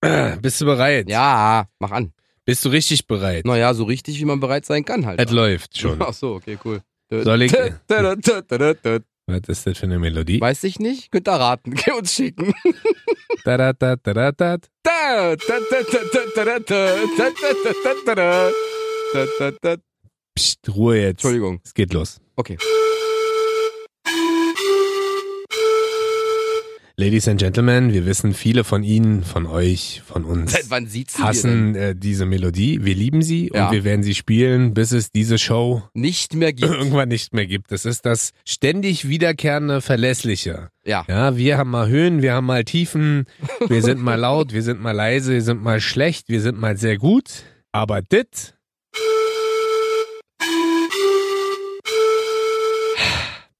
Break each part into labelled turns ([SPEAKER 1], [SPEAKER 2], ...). [SPEAKER 1] Bist du bereit?
[SPEAKER 2] Ja, mach an.
[SPEAKER 1] Bist du richtig bereit?
[SPEAKER 2] Naja, so richtig, wie man bereit sein kann halt.
[SPEAKER 1] Es läuft schon.
[SPEAKER 2] Ach so, okay, cool.
[SPEAKER 1] Soll ich-
[SPEAKER 2] Weiß
[SPEAKER 1] Was ist das für eine Melodie?
[SPEAKER 2] ich nicht, könnt ihr raten. Geh uns schicken.
[SPEAKER 1] Da, da, da, da, da, da.
[SPEAKER 2] Da, da, da, da, da, da, da, da, da, da, da, da, da. Da, da, da.
[SPEAKER 1] Psst, Ruhe jetzt.
[SPEAKER 2] Entschuldigung.
[SPEAKER 1] Es geht los.
[SPEAKER 2] Okay.
[SPEAKER 1] Ladies and Gentlemen, wir wissen, viele von Ihnen, von euch, von uns
[SPEAKER 2] Seit wann sieht's
[SPEAKER 1] hassen äh, diese Melodie. Wir lieben sie
[SPEAKER 2] Ja.
[SPEAKER 1] und wir werden sie spielen, bis es diese Show
[SPEAKER 2] Nicht mehr gibt.
[SPEAKER 1] irgendwann nicht mehr gibt. Das ist das ständig wiederkehrende Verlässliche.
[SPEAKER 2] Ja.
[SPEAKER 1] Ja, wir haben mal Höhen, wir haben mal Tiefen, wir sind mal laut, wir sind mal leise, wir sind mal schlecht, wir sind mal sehr gut. Aber dit,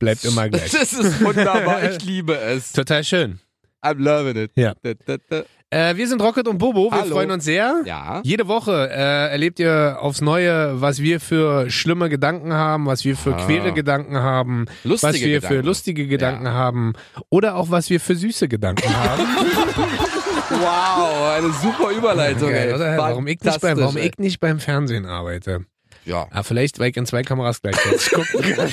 [SPEAKER 1] bleibt immer gleich.
[SPEAKER 2] Das ist wunderbar. Ich liebe es.
[SPEAKER 1] Total schön.
[SPEAKER 2] I'm loving it.
[SPEAKER 1] Ja.
[SPEAKER 2] Da, da, da.
[SPEAKER 1] Äh, wir sind Rocket und Bobo, wir
[SPEAKER 2] Hallo.
[SPEAKER 1] freuen uns sehr.
[SPEAKER 2] Ja.
[SPEAKER 1] Jede Woche äh, erlebt ihr aufs Neue, was wir für schlimme Gedanken haben, was wir für
[SPEAKER 2] Ah.
[SPEAKER 1] quere Gedanken haben,
[SPEAKER 2] Lustige
[SPEAKER 1] was wir für
[SPEAKER 2] Gedanken.
[SPEAKER 1] lustige Gedanken haben oder auch was wir für süße Gedanken haben.
[SPEAKER 2] Wow, eine super Überleitung.
[SPEAKER 1] Geil,
[SPEAKER 2] ey.
[SPEAKER 1] oder? Warum, ich nicht beim, warum
[SPEAKER 2] Fantastisch,
[SPEAKER 1] ich nicht beim Fernsehen arbeite.
[SPEAKER 2] ey. Ja.
[SPEAKER 1] Ah, vielleicht, weil ich in zwei Kameras gleichzeitig gucken kann.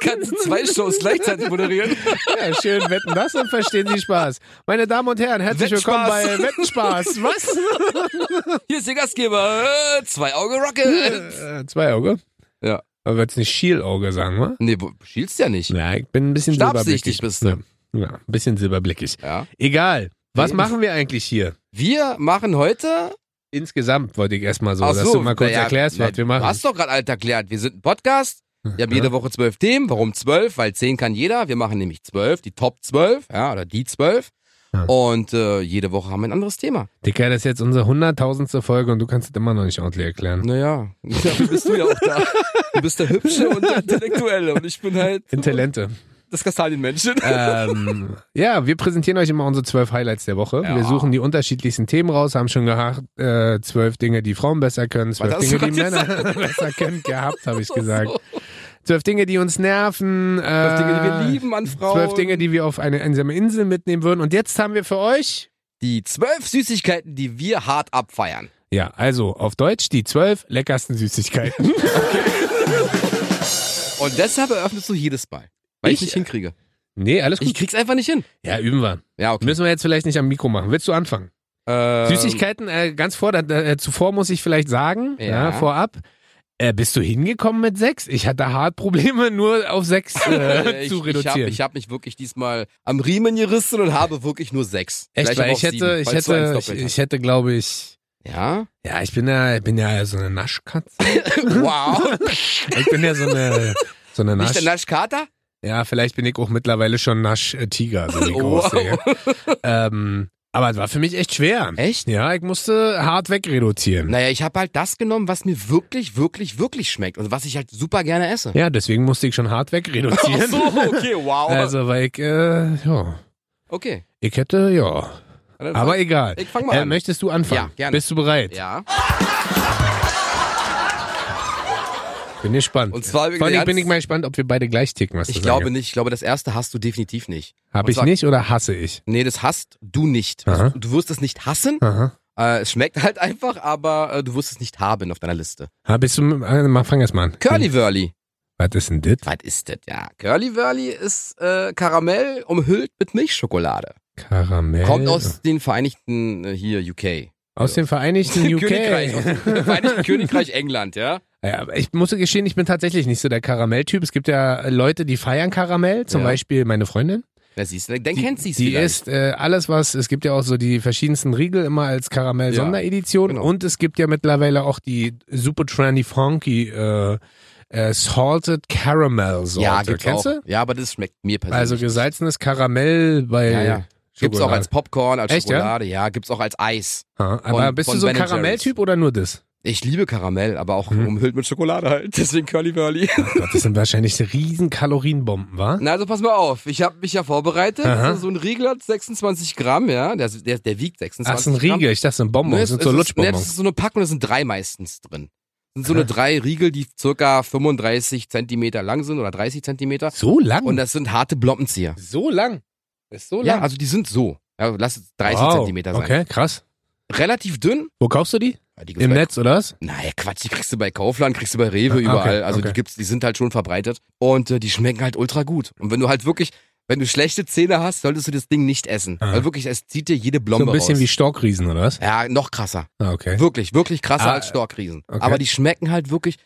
[SPEAKER 2] Kannst zwei Shows gleichzeitig moderieren.
[SPEAKER 1] Ja, schön, wetten das und verstehen Sie Spaß. Meine Damen und Herren, herzlich willkommen bei
[SPEAKER 2] Wettspaß.
[SPEAKER 1] Wettenspaß. Was?
[SPEAKER 2] Hier ist der Gastgeber. äh, Zwei Auge Rocket.
[SPEAKER 1] Äh, zwei Auge?
[SPEAKER 2] Ja.
[SPEAKER 1] Aber wird's nicht Schielauge sagen, wa?
[SPEAKER 2] Nee, wo- schielst ja nicht.
[SPEAKER 1] Ja, ich bin ein bisschen
[SPEAKER 2] Stabsichtig
[SPEAKER 1] silberblickig.
[SPEAKER 2] bist du.
[SPEAKER 1] Ja, ja, ein bisschen silberblickig.
[SPEAKER 2] Ja.
[SPEAKER 1] Egal. Was
[SPEAKER 2] Nee.
[SPEAKER 1] machen wir eigentlich hier?
[SPEAKER 2] Wir machen heute.
[SPEAKER 1] Insgesamt wollte ich erstmal so,
[SPEAKER 2] Ach
[SPEAKER 1] dass du mal kurz
[SPEAKER 2] naja,
[SPEAKER 1] erklärst,
[SPEAKER 2] nein,
[SPEAKER 1] was wir machen.
[SPEAKER 2] Du hast doch gerade alt erklärt. Wir sind ein Podcast. Wir haben jede Woche zwölf Themen. Warum zwölf? Weil zehn kann jeder. Wir machen nämlich zwölf, die Top zwölf, ja, oder die zwölf.
[SPEAKER 1] Ja.
[SPEAKER 2] Und äh, jede Woche haben wir ein anderes Thema.
[SPEAKER 1] Dicker, das ist jetzt unsere hunderttausendste Folge und du kannst es immer noch nicht ordentlich erklären.
[SPEAKER 2] Naja, dafür bist du ja auch da. Du bist der Hübsche und der Intellektuelle. Und ich bin halt
[SPEAKER 1] Intelente.
[SPEAKER 2] das Kastanienmännchen.
[SPEAKER 1] ähm, ja, wir präsentieren euch immer unsere zwölf Highlights der Woche.
[SPEAKER 2] Ja.
[SPEAKER 1] Wir suchen die unterschiedlichsten Themen raus, haben schon gehabt, äh, zwölf Dinge, die Frauen besser können, zwölf
[SPEAKER 2] hast
[SPEAKER 1] Dinge,
[SPEAKER 2] du
[SPEAKER 1] die
[SPEAKER 2] grad
[SPEAKER 1] Männer besser können, gehabt, habe ich gesagt. Zwölf Dinge, die uns nerven. Zwölf
[SPEAKER 2] Dinge, die wir lieben an Frauen.
[SPEAKER 1] Zwölf Dinge, die wir auf eine einsame Insel mitnehmen würden. Und jetzt haben wir für euch,
[SPEAKER 2] Die zwölf Süßigkeiten, die wir hart abfeiern.
[SPEAKER 1] ja, also auf Deutsch die zwölf leckersten Süßigkeiten.
[SPEAKER 2] Und deshalb eröffnest du jedes Mal. Weil ich,
[SPEAKER 1] Ich? äh,
[SPEAKER 2] nicht hinkriege.
[SPEAKER 1] nee, alles
[SPEAKER 2] Ich
[SPEAKER 1] gut.
[SPEAKER 2] krieg's einfach nicht hin.
[SPEAKER 1] ja, üben wir.
[SPEAKER 2] Ja, okay.
[SPEAKER 1] Müssen wir jetzt vielleicht nicht am Mikro machen. Willst du anfangen?
[SPEAKER 2] Ähm,
[SPEAKER 1] Süßigkeiten, äh, ganz vor, da, da, äh, zuvor muss ich vielleicht sagen, ja.
[SPEAKER 2] Ja.
[SPEAKER 1] vorab, äh, bist du hingekommen mit sechs? Ich hatte hart Probleme, nur auf sechs
[SPEAKER 2] äh,
[SPEAKER 1] äh,
[SPEAKER 2] ich,
[SPEAKER 1] zu reduzieren.
[SPEAKER 2] Ich habe ich hab mich wirklich diesmal am Riemen gerissen und habe wirklich nur sechs.
[SPEAKER 1] Echt,
[SPEAKER 2] Vielleicht
[SPEAKER 1] weil
[SPEAKER 2] aber
[SPEAKER 1] ich
[SPEAKER 2] auch
[SPEAKER 1] hätte,
[SPEAKER 2] sieben,
[SPEAKER 1] ich
[SPEAKER 2] falls du eins
[SPEAKER 1] hätte, ich,
[SPEAKER 2] doppelt
[SPEAKER 1] ich hätte, glaube ich,
[SPEAKER 2] hast. ja?
[SPEAKER 1] ja, ich bin ja, ich bin ja so eine Naschkatze.
[SPEAKER 2] Wow.
[SPEAKER 1] Ich bin ja so eine, so eine
[SPEAKER 2] nicht
[SPEAKER 1] Nasch.
[SPEAKER 2] der Naschkater?
[SPEAKER 1] Ja, vielleicht bin ich auch mittlerweile schon Nasch-Tiger, so wie ich
[SPEAKER 2] Wow.
[SPEAKER 1] aussehe. Ähm, aber es war für mich echt schwer.
[SPEAKER 2] Echt?
[SPEAKER 1] Ja, ich musste hart wegreduzieren.
[SPEAKER 2] Naja, ich habe halt das genommen, was mir wirklich, wirklich, wirklich schmeckt und was ich halt super gerne esse.
[SPEAKER 1] Ja, deswegen musste ich schon hart wegreduzieren.
[SPEAKER 2] okay, wow.
[SPEAKER 1] Also, weil ich, äh, ja.
[SPEAKER 2] okay.
[SPEAKER 1] Ich hätte, ja.
[SPEAKER 2] Dann
[SPEAKER 1] Aber egal.
[SPEAKER 2] Ich fang mal
[SPEAKER 1] äh,
[SPEAKER 2] an.
[SPEAKER 1] Möchtest du anfangen?
[SPEAKER 2] Ja, gerne.
[SPEAKER 1] Bist du bereit?
[SPEAKER 2] Ja.
[SPEAKER 1] Bin gespannt.
[SPEAKER 2] Und zwar wegen
[SPEAKER 1] Vor allem
[SPEAKER 2] der
[SPEAKER 1] bin ich
[SPEAKER 2] ganz-
[SPEAKER 1] mal gespannt, ob wir beide gleich ticken, was
[SPEAKER 2] Ich
[SPEAKER 1] du
[SPEAKER 2] glaube
[SPEAKER 1] sagst.
[SPEAKER 2] nicht. Ich glaube, das erste hast du definitiv nicht.
[SPEAKER 1] Hab
[SPEAKER 2] und
[SPEAKER 1] ich
[SPEAKER 2] zwar-
[SPEAKER 1] nicht oder hasse ich?
[SPEAKER 2] Nee, das hast du nicht.
[SPEAKER 1] Aha.
[SPEAKER 2] Also, du wirst es nicht hassen.
[SPEAKER 1] Aha.
[SPEAKER 2] Äh, es schmeckt halt einfach, aber äh, du wirst es nicht haben auf deiner Liste.
[SPEAKER 1] Ah, bist du, äh, mach- fang erst mal an. Hm,
[SPEAKER 2] Curly Wurly.
[SPEAKER 1] Was ist denn dit?
[SPEAKER 2] Was ist das? Ja, Curly Wurly ist äh, Karamell umhüllt mit Milchschokolade.
[SPEAKER 1] Karamell.
[SPEAKER 2] Kommt aus den Vereinigten äh, hier UK.
[SPEAKER 1] aus dem Vereinigten UK.
[SPEAKER 2] Königreich, aus dem Vereinigten Königreich England, ja.
[SPEAKER 1] Ja, aber ich muss gestehen, ich bin tatsächlich nicht so der Karamelltyp. Es gibt ja äh, Leute, die feiern Karamell, zum
[SPEAKER 2] Ja.
[SPEAKER 1] Beispiel meine Freundin.
[SPEAKER 2] Na, siehst du, dann kennt sie es
[SPEAKER 1] Die
[SPEAKER 2] vielleicht.
[SPEAKER 1] ist äh, alles, was es gibt ja auch so die verschiedensten Riegel immer als Karamell-Sonderedition
[SPEAKER 2] Ja, genau.
[SPEAKER 1] und es gibt ja mittlerweile auch die super trendy funky äh, äh, Salted Caramel Sorte.
[SPEAKER 2] ja, gibt's
[SPEAKER 1] Kennst
[SPEAKER 2] auch.
[SPEAKER 1] du?
[SPEAKER 2] Ja, aber das schmeckt mir persönlich.
[SPEAKER 1] Also gesalzenes Karamell bei
[SPEAKER 2] ja, ja. Gibt's auch
[SPEAKER 1] Schokolade.
[SPEAKER 2] als Popcorn, als
[SPEAKER 1] Echt, ja?
[SPEAKER 2] Schokolade, ja? Gibt's auch als Eis.
[SPEAKER 1] Ha, aber
[SPEAKER 2] von-
[SPEAKER 1] bist
[SPEAKER 2] von
[SPEAKER 1] du so ein
[SPEAKER 2] Ben Jerry's.
[SPEAKER 1] Karamelltyp oder nur das?
[SPEAKER 2] Ich liebe Karamell, aber auch
[SPEAKER 1] Mhm.
[SPEAKER 2] umhüllt mit Schokolade halt. Deswegen Curly Wurly.
[SPEAKER 1] Oh Gott, das sind wahrscheinlich riesen Kalorienbomben, wa?
[SPEAKER 2] Na, also pass mal auf. Ich habe mich ja vorbereitet. Also
[SPEAKER 1] Aha.
[SPEAKER 2] So ein Riegel hat 26 Gramm, ja. Der, der, der wiegt 26
[SPEAKER 1] Ach, das ist ein
[SPEAKER 2] Gramm. Ne,
[SPEAKER 1] Riegel, ich dachte, das sind Bonbons, das sind so
[SPEAKER 2] es ist, nee, das
[SPEAKER 1] Lutschbonbons.
[SPEAKER 2] ist so eine Packung, da sind drei meistens drin. Das sind so
[SPEAKER 1] Ah.
[SPEAKER 2] eine drei Riegel, die circa 35 Zentimeter lang sind oder 30 Zentimeter.
[SPEAKER 1] So lang?
[SPEAKER 2] Und das sind harte Bloppenzieher.
[SPEAKER 1] so lang? Das ist so
[SPEAKER 2] Ja,
[SPEAKER 1] lang?
[SPEAKER 2] also die sind so. Ja, lass es 30
[SPEAKER 1] Wow,
[SPEAKER 2] Zentimeter sein.
[SPEAKER 1] Okay, krass.
[SPEAKER 2] relativ dünn.
[SPEAKER 1] Wo kaufst du die?
[SPEAKER 2] Ja, die gibt's
[SPEAKER 1] Im
[SPEAKER 2] bei-
[SPEAKER 1] Netz, oder was?
[SPEAKER 2] Naja, Quatsch, die kriegst du bei Kaufland, kriegst du bei Rewe
[SPEAKER 1] Ah, okay,
[SPEAKER 2] überall. Also
[SPEAKER 1] okay.
[SPEAKER 2] die gibt's, die sind halt schon verbreitet und äh, die schmecken halt ultra gut. Und wenn du halt wirklich, wenn du schlechte Zähne hast, solltest du das Ding nicht essen.
[SPEAKER 1] Ah.
[SPEAKER 2] Weil wirklich, es zieht dir jede
[SPEAKER 1] So
[SPEAKER 2] Blombe
[SPEAKER 1] ein bisschen
[SPEAKER 2] raus.
[SPEAKER 1] wie Storkriesen, oder was?
[SPEAKER 2] ja, noch krasser.
[SPEAKER 1] Ah, okay.
[SPEAKER 2] Wirklich, wirklich krasser
[SPEAKER 1] Ah,
[SPEAKER 2] als Storkriesen.
[SPEAKER 1] okay.
[SPEAKER 2] Aber die schmecken halt wirklich,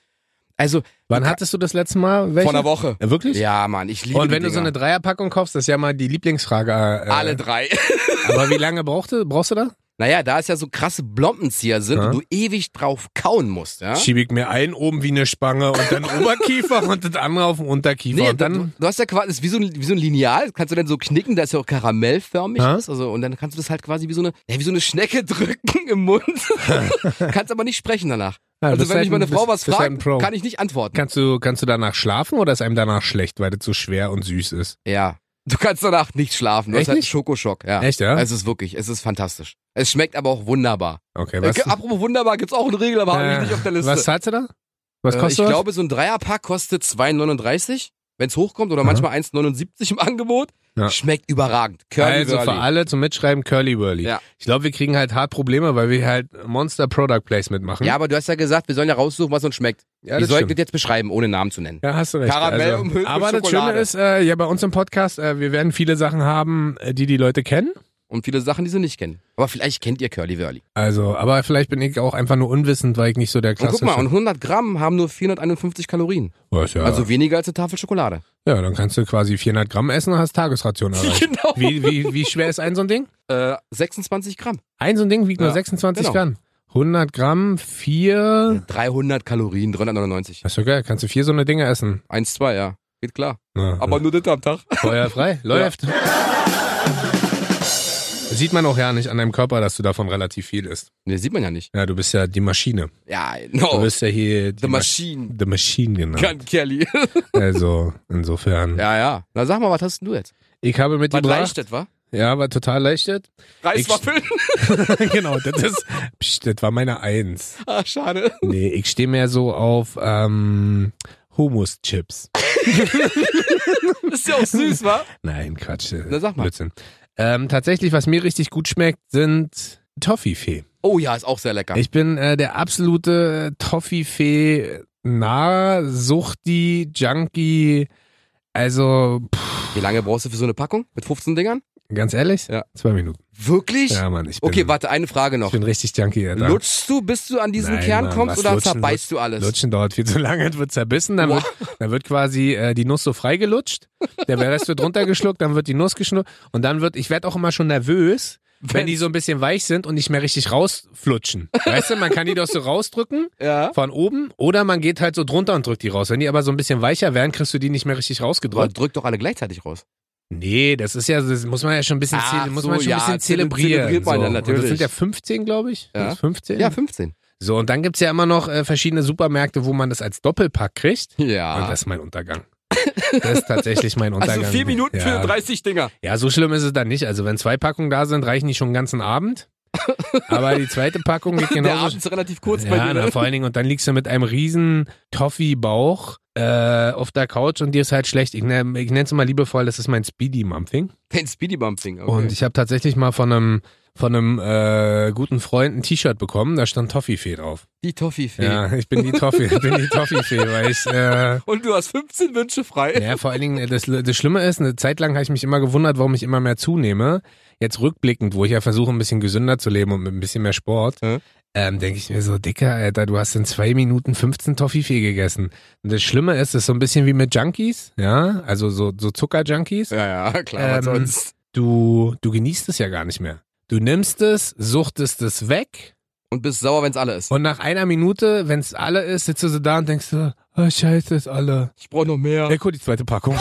[SPEAKER 2] also
[SPEAKER 1] Wann hattest du das letzte Mal welche?
[SPEAKER 2] von der Woche.
[SPEAKER 1] Ja, wirklich?
[SPEAKER 2] Ja, Mann, ich liebe
[SPEAKER 1] Und
[SPEAKER 2] die
[SPEAKER 1] wenn du so
[SPEAKER 2] Dinger.
[SPEAKER 1] eine Dreierpackung kaufst, das ist ja mal die Lieblingsfrage. Äh,
[SPEAKER 2] Alle drei.
[SPEAKER 1] Aber wie lange brauchte, brauchst du da?
[SPEAKER 2] Naja, da es ja so krasse Blompenzieher sind
[SPEAKER 1] Ja.
[SPEAKER 2] und du ewig drauf kauen musst, ja?
[SPEAKER 1] Schiebe ich mir einen oben wie eine Spange und dann Oberkiefer und das andere auf dem Unterkiefer.
[SPEAKER 2] Nee,
[SPEAKER 1] und dann,
[SPEAKER 2] du, du hast ja quasi, das ist wie so, ein, wie so ein Lineal, das kannst du dann so knicken, dass ja auch karamellförmig
[SPEAKER 1] Ja.
[SPEAKER 2] ist. Also, und dann kannst du das halt quasi wie so eine, ja, wie so eine Schnecke drücken im Mund. kannst aber nicht sprechen danach.
[SPEAKER 1] Ja, du
[SPEAKER 2] also,
[SPEAKER 1] bist
[SPEAKER 2] wenn
[SPEAKER 1] halt
[SPEAKER 2] mich meine
[SPEAKER 1] ein-
[SPEAKER 2] Frau
[SPEAKER 1] bist-
[SPEAKER 2] was
[SPEAKER 1] bist
[SPEAKER 2] fragt,
[SPEAKER 1] halt ein Pro.
[SPEAKER 2] kann ich nicht antworten.
[SPEAKER 1] kannst, du, kannst du danach schlafen oder ist einem danach schlecht, weil das so schwer und süß ist?
[SPEAKER 2] ja. Du kannst danach nicht schlafen. Du
[SPEAKER 1] Echt
[SPEAKER 2] hast halt einen
[SPEAKER 1] nicht?
[SPEAKER 2] Schokoschock, ja. Also,
[SPEAKER 1] Echt, ja?
[SPEAKER 2] Es ist wirklich, es ist fantastisch. Es schmeckt aber auch wunderbar.
[SPEAKER 1] Okay, was, Äh,
[SPEAKER 2] Äh, apropos wunderbar, gibt's auch einen Regel, aber hab ich nicht auf der Liste.
[SPEAKER 1] was zahlst du da? Was
[SPEAKER 2] Äh,
[SPEAKER 1] kostet
[SPEAKER 2] ich
[SPEAKER 1] das?
[SPEAKER 2] glaube, so ein Dreierpack kostet 2,39, wenn's hochkommt, oder
[SPEAKER 1] Aha.
[SPEAKER 2] manchmal 1,79 im Angebot.
[SPEAKER 1] Ja.
[SPEAKER 2] Schmeckt überragend. Curly
[SPEAKER 1] also
[SPEAKER 2] Burly.
[SPEAKER 1] für alle zum Mitschreiben Curly Whirly.
[SPEAKER 2] Ja.
[SPEAKER 1] Ich glaube, wir kriegen halt hart Probleme, weil wir halt Monster Product Placement machen.
[SPEAKER 2] Ja, aber du hast ja gesagt, wir sollen ja raussuchen, was uns schmeckt.
[SPEAKER 1] Hm? Ja,
[SPEAKER 2] Wie
[SPEAKER 1] das
[SPEAKER 2] soll ich
[SPEAKER 1] stimmt.
[SPEAKER 2] das jetzt beschreiben, ohne Namen zu nennen?
[SPEAKER 1] Ja, hast du recht. Also,
[SPEAKER 2] Karamell umhüllt mit
[SPEAKER 1] aber das
[SPEAKER 2] Schokolade.
[SPEAKER 1] Schöne ist, äh, ja, bei uns im Podcast, äh, wir werden viele Sachen haben, äh, die die Leute kennen.
[SPEAKER 2] Und viele Sachen, die sie nicht kennen. Aber vielleicht kennt ihr Curly Wurly.
[SPEAKER 1] Also, aber vielleicht bin ich auch einfach nur unwissend, weil ich nicht so der
[SPEAKER 2] Und
[SPEAKER 1] klassische.
[SPEAKER 2] guck mal, und 100 Gramm haben nur 451 Kalorien.
[SPEAKER 1] Was, ja.
[SPEAKER 2] Also weniger als eine Tafel Schokolade.
[SPEAKER 1] ja, dann kannst du quasi 400 Gramm essen und hast Tagesration erreicht.
[SPEAKER 2] Genau.
[SPEAKER 1] wie, wie, wie schwer ist ein so ein Ding?
[SPEAKER 2] Äh, 26 Gramm.
[SPEAKER 1] Ein so ein Ding wiegt nur
[SPEAKER 2] Ja,
[SPEAKER 1] 26
[SPEAKER 2] genau.
[SPEAKER 1] Gramm. 100 Gramm, vier.
[SPEAKER 2] 300 Kalorien, 399.
[SPEAKER 1] Das ist ja geil, kannst du vier so eine Dinge essen.
[SPEAKER 2] 1, 2, ja. Geht klar.
[SPEAKER 1] Ja,
[SPEAKER 2] Aber nur das am Tag.
[SPEAKER 1] Feuer frei, läuft. Sieht man auch ja nicht an deinem Körper, dass du davon relativ viel isst.
[SPEAKER 2] Ne, sieht man ja nicht.
[SPEAKER 1] Ja, du bist ja die Maschine.
[SPEAKER 2] Ja,
[SPEAKER 1] Du
[SPEAKER 2] no.
[SPEAKER 1] bist ja hier
[SPEAKER 2] Oh. The
[SPEAKER 1] die Maschine.
[SPEAKER 2] Machine.
[SPEAKER 1] The Machine genannt.
[SPEAKER 2] Gun Kelly.
[SPEAKER 1] Also, insofern.
[SPEAKER 2] ja, ja. Na sag mal, was hast denn du jetzt?
[SPEAKER 1] Ich habe
[SPEAKER 2] Was
[SPEAKER 1] mitgebracht.
[SPEAKER 2] leichtet, wa?
[SPEAKER 1] Ja, war total leichtet.
[SPEAKER 2] Reiswaffeln?
[SPEAKER 1] genau, das ist. Psst, das war meine Eins.
[SPEAKER 2] ah, schade.
[SPEAKER 1] Nee, ich stehe mehr so auf ähm, Humuschips.
[SPEAKER 2] Ist ja auch süß, wa?
[SPEAKER 1] Nein, Quatsch. äh,
[SPEAKER 2] Na, sag mal.
[SPEAKER 1] Blödsinn. Ähm, tatsächlich, was mir richtig gut schmeckt, sind Toffifee.
[SPEAKER 2] Oh ja, ist auch sehr lecker.
[SPEAKER 1] Ich bin äh, der absolute äh, Toffifee, nah, Suchti, Junkie. Also, pff,
[SPEAKER 2] Wie lange brauchst du für so eine Packung? Mit 15 Dingern?
[SPEAKER 1] ganz ehrlich,
[SPEAKER 2] Ja.
[SPEAKER 1] zwei Minuten.
[SPEAKER 2] Wirklich?
[SPEAKER 1] Ja, genau. Mann, ich bin,
[SPEAKER 2] okay, warte, eine Frage
[SPEAKER 1] ich
[SPEAKER 2] noch.
[SPEAKER 1] bin richtig Junkie. Alter.
[SPEAKER 2] Lutschst du, bis du an diesen
[SPEAKER 1] Nein,
[SPEAKER 2] Kern
[SPEAKER 1] Mann,
[SPEAKER 2] kommst
[SPEAKER 1] was
[SPEAKER 2] oder
[SPEAKER 1] lutschen,
[SPEAKER 2] zerbeißt du alles?
[SPEAKER 1] Lutschen dauert viel zu lange, es wird zerbissen, dann,
[SPEAKER 2] Wow.
[SPEAKER 1] wird, dann wird quasi äh, die Nuss so freigelutscht, der Rest wird runtergeschluckt, dann wird die Nuss geschnurrt und dann wird, ich werde auch immer schon nervös, wenn
[SPEAKER 2] Wenn-
[SPEAKER 1] die so ein bisschen weich sind und nicht mehr richtig rausflutschen. Weißt du, man kann die doch so rausdrücken
[SPEAKER 2] Ja.
[SPEAKER 1] von oben oder man geht halt so drunter und drückt die raus. Wenn die aber so ein bisschen weicher werden, kriegst du die nicht mehr richtig
[SPEAKER 2] Aber
[SPEAKER 1] rausgedrückt.
[SPEAKER 2] drück doch alle gleichzeitig raus.
[SPEAKER 1] Nee, das ist ja, das muss man ja schon ein bisschen,
[SPEAKER 2] Ach
[SPEAKER 1] zele- muss
[SPEAKER 2] so,
[SPEAKER 1] man schon
[SPEAKER 2] ja,
[SPEAKER 1] ein bisschen
[SPEAKER 2] zele-
[SPEAKER 1] zelebrieren.
[SPEAKER 2] zelebriert man
[SPEAKER 1] so.
[SPEAKER 2] ja
[SPEAKER 1] Und
[SPEAKER 2] natürlich.
[SPEAKER 1] das sind ja 15, glaube ich.
[SPEAKER 2] Ja.
[SPEAKER 1] Sind das 15?
[SPEAKER 2] Ja, 15.
[SPEAKER 1] So, und dann gibt's ja immer noch äh, verschiedene Supermärkte, wo man das als Doppelpack kriegt. Und
[SPEAKER 2] Ja.
[SPEAKER 1] das ist mein Untergang. Das ist tatsächlich mein Untergang.
[SPEAKER 2] Ah. Also vier Minuten
[SPEAKER 1] ja.
[SPEAKER 2] für 30 Dinger.
[SPEAKER 1] Ja, so schlimm ist es dann nicht. Also wenn zwei Packungen da sind, reichen die schon den ganzen Abend. Aber die zweite Packung geht
[SPEAKER 2] Der
[SPEAKER 1] genauso.
[SPEAKER 2] Abend ist relativ kurz bei
[SPEAKER 1] Genau ja,
[SPEAKER 2] dir.
[SPEAKER 1] na,
[SPEAKER 2] Ne?
[SPEAKER 1] vor allen Dingen, und dann liegst du mit einem riesen Toffee-Bauch äh, auf der Couch und dir ist halt schlecht. Ich, nenn- ich nenne es mal liebevoll, das ist mein Speedy-Mumpfing.
[SPEAKER 2] Dein Speedy Bumping. Okay.
[SPEAKER 1] Und ich habe tatsächlich mal von einem von einem äh, guten Freund ein T-Shirt bekommen, da stand Toffee-Fee drauf.
[SPEAKER 2] die Toffifee.
[SPEAKER 1] Ja, ich bin die Toffee, ich bin die Toffee-Fee, weil ich, äh,
[SPEAKER 2] Und du hast 15 Wünsche frei.
[SPEAKER 1] ja, vor allen Dingen, äh, das, das Schlimme ist, eine Zeit lang habe ich mich immer gewundert, warum ich immer mehr zunehme. Jetzt rückblickend, wo ich ja versuche, ein bisschen gesünder zu leben und mit ein bisschen mehr Sport,
[SPEAKER 2] Ja.
[SPEAKER 1] ähm, denke ich mir so, Dicker, Alter, du hast in zwei Minuten 15 Toffifee gegessen. Und das Schlimme ist, es ist so ein bisschen wie mit Junkies, ja, also so, so Zucker-Junkies.
[SPEAKER 2] Ja, ja, klar, was
[SPEAKER 1] Ähm,
[SPEAKER 2] sonst.
[SPEAKER 1] Du, du genießt es ja gar nicht mehr. Du nimmst es, suchtest es weg
[SPEAKER 2] Und bist sauer, wenn's alle ist.
[SPEAKER 1] und nach einer Minute, wenn es alle ist, sitzt du so da und denkst so, oh, scheiße, ist alle.
[SPEAKER 2] Ich brauche noch mehr.
[SPEAKER 1] Ja, cool, die zweite Packung.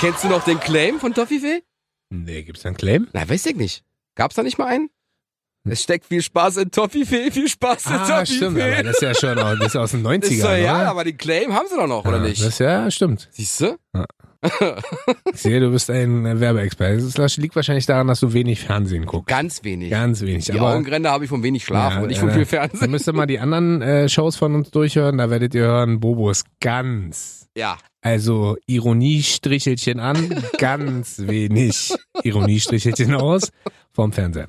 [SPEAKER 2] Kennst du noch den Claim von Toffifee?
[SPEAKER 1] nee, gibt's da einen Claim?
[SPEAKER 2] Na, weiß ich nicht. Gab's da nicht mal einen? Es steckt viel Spaß in Toffifee, viel Spaß in
[SPEAKER 1] Ah,
[SPEAKER 2] Toffifee.
[SPEAKER 1] stimmt, aber das ist ja schon aus, das ist aus den 90ern,
[SPEAKER 2] Ist doch, ja,
[SPEAKER 1] oder?
[SPEAKER 2] aber den Claim haben sie doch noch, oder
[SPEAKER 1] Ja,
[SPEAKER 2] nicht?
[SPEAKER 1] Das, ja, stimmt.
[SPEAKER 2] Siehst du?
[SPEAKER 1] Ich sehe, du bist ein äh, Werbeexperte. Das liegt wahrscheinlich daran, dass du wenig Fernsehen guckst.
[SPEAKER 2] Ganz wenig.
[SPEAKER 1] Ganz wenig.
[SPEAKER 2] Die
[SPEAKER 1] aber
[SPEAKER 2] Augenränder habe ich von wenig Schlaf
[SPEAKER 1] Ja,
[SPEAKER 2] und nicht von
[SPEAKER 1] äh,
[SPEAKER 2] viel
[SPEAKER 1] ihr
[SPEAKER 2] Fernsehen.
[SPEAKER 1] müsst ihr mal die anderen äh, Shows von uns durchhören. Da werdet ihr hören, Bobo ist ganz,
[SPEAKER 2] Ja.
[SPEAKER 1] also Ironie-Strichelchen an, ganz wenig Ironie-Strichelchen aus vom Fernseher.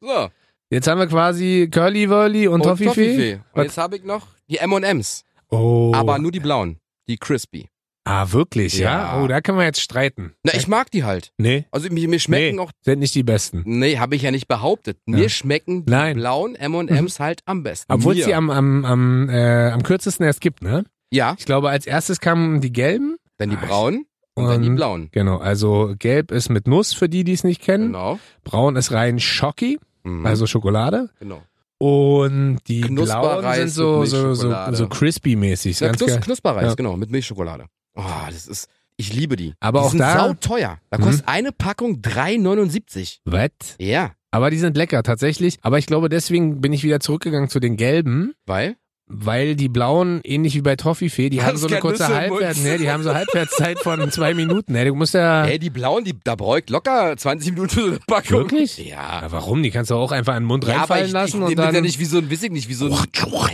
[SPEAKER 2] So.
[SPEAKER 1] Jetzt haben wir quasi Curly Wurly und,
[SPEAKER 2] Und
[SPEAKER 1] Toffifee.
[SPEAKER 2] Toffifee. Und
[SPEAKER 1] Was-
[SPEAKER 2] jetzt habe ich noch die M&M's.
[SPEAKER 1] Oh.
[SPEAKER 2] Aber nur die blauen. Die Crispy.
[SPEAKER 1] ah, wirklich, ja?
[SPEAKER 2] Ja.
[SPEAKER 1] Oh, da können wir jetzt streiten.
[SPEAKER 2] Na, ich mag die halt.
[SPEAKER 1] nee,
[SPEAKER 2] Also mir, mir schmecken
[SPEAKER 1] Nee.
[SPEAKER 2] auch...
[SPEAKER 1] sind nicht die besten.
[SPEAKER 2] Nee, habe ich ja nicht behauptet. Mir
[SPEAKER 1] Ja.
[SPEAKER 2] schmecken die
[SPEAKER 1] Nein. Mhm.
[SPEAKER 2] blauen M&M's halt am besten.
[SPEAKER 1] Obwohl es
[SPEAKER 2] Mir.
[SPEAKER 1] die am, am, am, äh, am kürzesten erst gibt, ne?
[SPEAKER 2] Ja,
[SPEAKER 1] Ich glaube, als erstes kamen die gelben.
[SPEAKER 2] dann die
[SPEAKER 1] Ah, ich-
[SPEAKER 2] braunen und dann die
[SPEAKER 1] Und-
[SPEAKER 2] blauen.
[SPEAKER 1] Genau, also gelb ist mit Nuss, für die, die es nicht kennen.
[SPEAKER 2] Genau.
[SPEAKER 1] Braun ist rein Schocki,
[SPEAKER 2] Mhm.
[SPEAKER 1] also Schokolade.
[SPEAKER 2] Genau.
[SPEAKER 1] Und die blauen
[SPEAKER 2] Knusperreis
[SPEAKER 1] sind so,
[SPEAKER 2] mit
[SPEAKER 1] so, so,
[SPEAKER 2] Milchschokolade.
[SPEAKER 1] so crispy-mäßig.
[SPEAKER 2] Na,
[SPEAKER 1] ganz
[SPEAKER 2] Knus
[SPEAKER 1] geil.
[SPEAKER 2] Knusperreis,
[SPEAKER 1] Ja.
[SPEAKER 2] genau, mit Milchschokolade. Oh, das ist. Ich liebe die.
[SPEAKER 1] Aber
[SPEAKER 2] die
[SPEAKER 1] auch
[SPEAKER 2] sind
[SPEAKER 1] da-
[SPEAKER 2] sauteuer. Da
[SPEAKER 1] Mhm.
[SPEAKER 2] kostet eine Packung 3,79.
[SPEAKER 1] Was?
[SPEAKER 2] Ja,
[SPEAKER 1] Aber die sind lecker, tatsächlich. Aber ich glaube, deswegen bin ich wieder zurückgegangen zu den gelben.
[SPEAKER 2] weil?
[SPEAKER 1] Weil die blauen, ähnlich wie bei Toffifee, die
[SPEAKER 2] Hast
[SPEAKER 1] haben so eine
[SPEAKER 2] keine
[SPEAKER 1] kurze
[SPEAKER 2] Nüsse im Mund.
[SPEAKER 1] Halbwert, ne, die haben so Halbwertszeit von zwei Minuten. Ne, du musst ja.
[SPEAKER 2] Ey, die blauen, die, da bräucht locker 20 Minuten für so eine Packung.
[SPEAKER 1] wirklich?
[SPEAKER 2] Ja.
[SPEAKER 1] Ja, warum? Die kannst du auch einfach in den Mund
[SPEAKER 2] Ja, aber
[SPEAKER 1] reinfallen
[SPEAKER 2] ich, ich
[SPEAKER 1] lassen
[SPEAKER 2] nehme
[SPEAKER 1] und
[SPEAKER 2] das
[SPEAKER 1] dann.
[SPEAKER 2] ja nicht wie so ein, weiß ich nicht, wie so ein,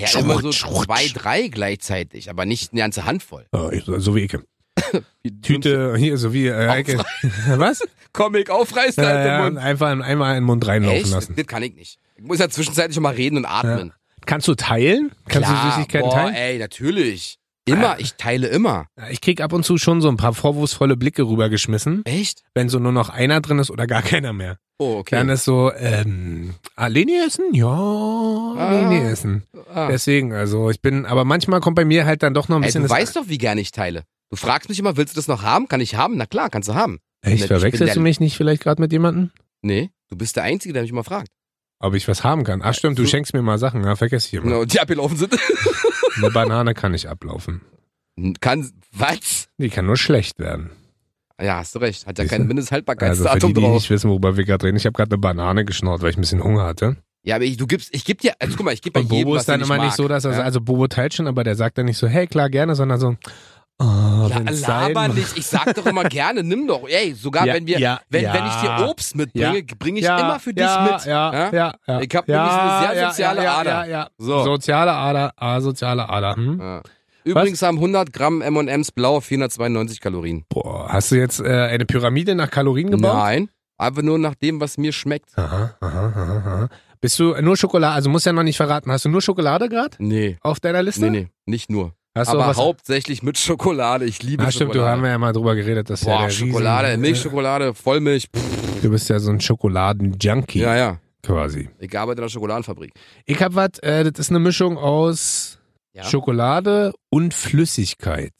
[SPEAKER 2] ja, immer so zwei, drei gleichzeitig, aber nicht eine ganze Handvoll.
[SPEAKER 1] Ja, ich- so wie Ike.
[SPEAKER 2] Die
[SPEAKER 1] Tüte, hier, so wie äh, Ike. Was?
[SPEAKER 2] Comic aufreißt,
[SPEAKER 1] Ja,
[SPEAKER 2] halt
[SPEAKER 1] ja,
[SPEAKER 2] im Mund.
[SPEAKER 1] einfach einmal in den Mund reinlaufen
[SPEAKER 2] Echt? Das,
[SPEAKER 1] lassen.
[SPEAKER 2] das kann ich nicht. Ich muss ja zwischenzeitlich schon mal reden und atmen.
[SPEAKER 1] Kannst du teilen? Kannst
[SPEAKER 2] Klar,
[SPEAKER 1] du Süßigkeiten
[SPEAKER 2] boah,
[SPEAKER 1] teilen?
[SPEAKER 2] ey, natürlich. Immer, ich teile immer.
[SPEAKER 1] Ja, Ich krieg ab und zu schon so ein paar vorwurfsvolle Blicke rübergeschmissen,
[SPEAKER 2] Echt?
[SPEAKER 1] wenn so nur noch einer drin ist oder gar keiner mehr.
[SPEAKER 2] Oh, okay.
[SPEAKER 1] Dann ist so, ähm, Aleni essen? Ja, Aleni essen.
[SPEAKER 2] ah.
[SPEAKER 1] Deswegen, also ich bin, aber manchmal kommt bei mir halt dann doch noch ein
[SPEAKER 2] Ey,
[SPEAKER 1] bisschen
[SPEAKER 2] du
[SPEAKER 1] das.
[SPEAKER 2] weißt doch, wie gerne ich teile. Du fragst mich immer, willst du das noch haben? Kann ich haben? Na klar, kannst du haben. ich
[SPEAKER 1] Echt,
[SPEAKER 2] bin
[SPEAKER 1] verwechselst
[SPEAKER 2] der-
[SPEAKER 1] du mich nicht vielleicht gerade mit jemandem?
[SPEAKER 2] Nee, du bist der Einzige, der mich immer fragt.
[SPEAKER 1] Ob ich was haben kann? Ach stimmt, du
[SPEAKER 2] so- Genau.
[SPEAKER 1] schenkst mir mal Sachen, ja, genau. vergesse ich immer.
[SPEAKER 2] Und die abgelaufen sind.
[SPEAKER 1] Eine Banane kann nicht ablaufen.
[SPEAKER 2] Kann, was?
[SPEAKER 1] Die kann nur schlecht werden.
[SPEAKER 2] Ja, hast du recht. Hat ja
[SPEAKER 1] Siehst
[SPEAKER 2] kein
[SPEAKER 1] du? Also für
[SPEAKER 2] Mindesthaltbarkeitsdatum
[SPEAKER 1] die, die
[SPEAKER 2] drauf.
[SPEAKER 1] nicht wissen, worüber wir gerade reden, ich habe gerade eine Banane geschnort, weil ich ein bisschen Hunger hatte.
[SPEAKER 2] Ja, aber ich, du gibst, ich geb dir, also guck mal, ich geb bei
[SPEAKER 1] Und
[SPEAKER 2] jedem,
[SPEAKER 1] Bobo
[SPEAKER 2] was
[SPEAKER 1] ist dann
[SPEAKER 2] er
[SPEAKER 1] immer
[SPEAKER 2] mag.
[SPEAKER 1] nicht so, dass er,
[SPEAKER 2] ja?
[SPEAKER 1] also Bobo teilt schon, aber der sagt dann nicht so, hey, klar, gerne, sondern so, oh,
[SPEAKER 2] Ja,
[SPEAKER 1] wenn's sein
[SPEAKER 2] laber
[SPEAKER 1] muss.
[SPEAKER 2] nicht. Ich sag doch immer gerne, nimm doch. Ey, sogar
[SPEAKER 1] Ja,
[SPEAKER 2] wenn wir,
[SPEAKER 1] ja,
[SPEAKER 2] wenn,
[SPEAKER 1] ja.
[SPEAKER 2] wenn ich dir Obst mitbringe, bringe ich immer für dich
[SPEAKER 1] ja,
[SPEAKER 2] mit.
[SPEAKER 1] Ja, ja, ja,
[SPEAKER 2] Ich hab
[SPEAKER 1] ja,
[SPEAKER 2] nämlich eine sehr
[SPEAKER 1] ja,
[SPEAKER 2] soziale
[SPEAKER 1] ja,
[SPEAKER 2] Ader.
[SPEAKER 1] Ja, ja.
[SPEAKER 2] So.
[SPEAKER 1] Soziale Ader, ah, soziale Ader. Hm?
[SPEAKER 2] Ja. Übrigens haben 100 Gramm M&M's blau 492 Kalorien.
[SPEAKER 1] Boah, hast du jetzt äh, eine Pyramide nach Kalorien gebaut?
[SPEAKER 2] Nein, einfach nur nach dem, was mir schmeckt.
[SPEAKER 1] Aha, aha, aha, aha. Bist du nur Schokolade, also musst ja noch nicht verraten, hast du nur Schokolade gerade
[SPEAKER 2] Nee,
[SPEAKER 1] auf deiner Liste?
[SPEAKER 2] nee, nee, nicht nur.
[SPEAKER 1] Hast du auch
[SPEAKER 2] Aber
[SPEAKER 1] was?
[SPEAKER 2] hauptsächlich mit Schokolade. Ich liebe
[SPEAKER 1] Ah, stimmt, du
[SPEAKER 2] Schokolade.
[SPEAKER 1] haben wir ja mal drüber geredet, dass ja
[SPEAKER 2] Boah,
[SPEAKER 1] der
[SPEAKER 2] Schokolade,
[SPEAKER 1] Riesen,
[SPEAKER 2] Milchschokolade, Vollmilch. Pff,
[SPEAKER 1] Äh, du bist ja so ein Schokoladen-Junkie
[SPEAKER 2] ja, ja.
[SPEAKER 1] quasi.
[SPEAKER 2] Ich arbeite in der Schokoladenfabrik.
[SPEAKER 1] Ich hab was, äh, das ist eine Mischung aus
[SPEAKER 2] Ja?
[SPEAKER 1] Schokolade und Flüssigkeit.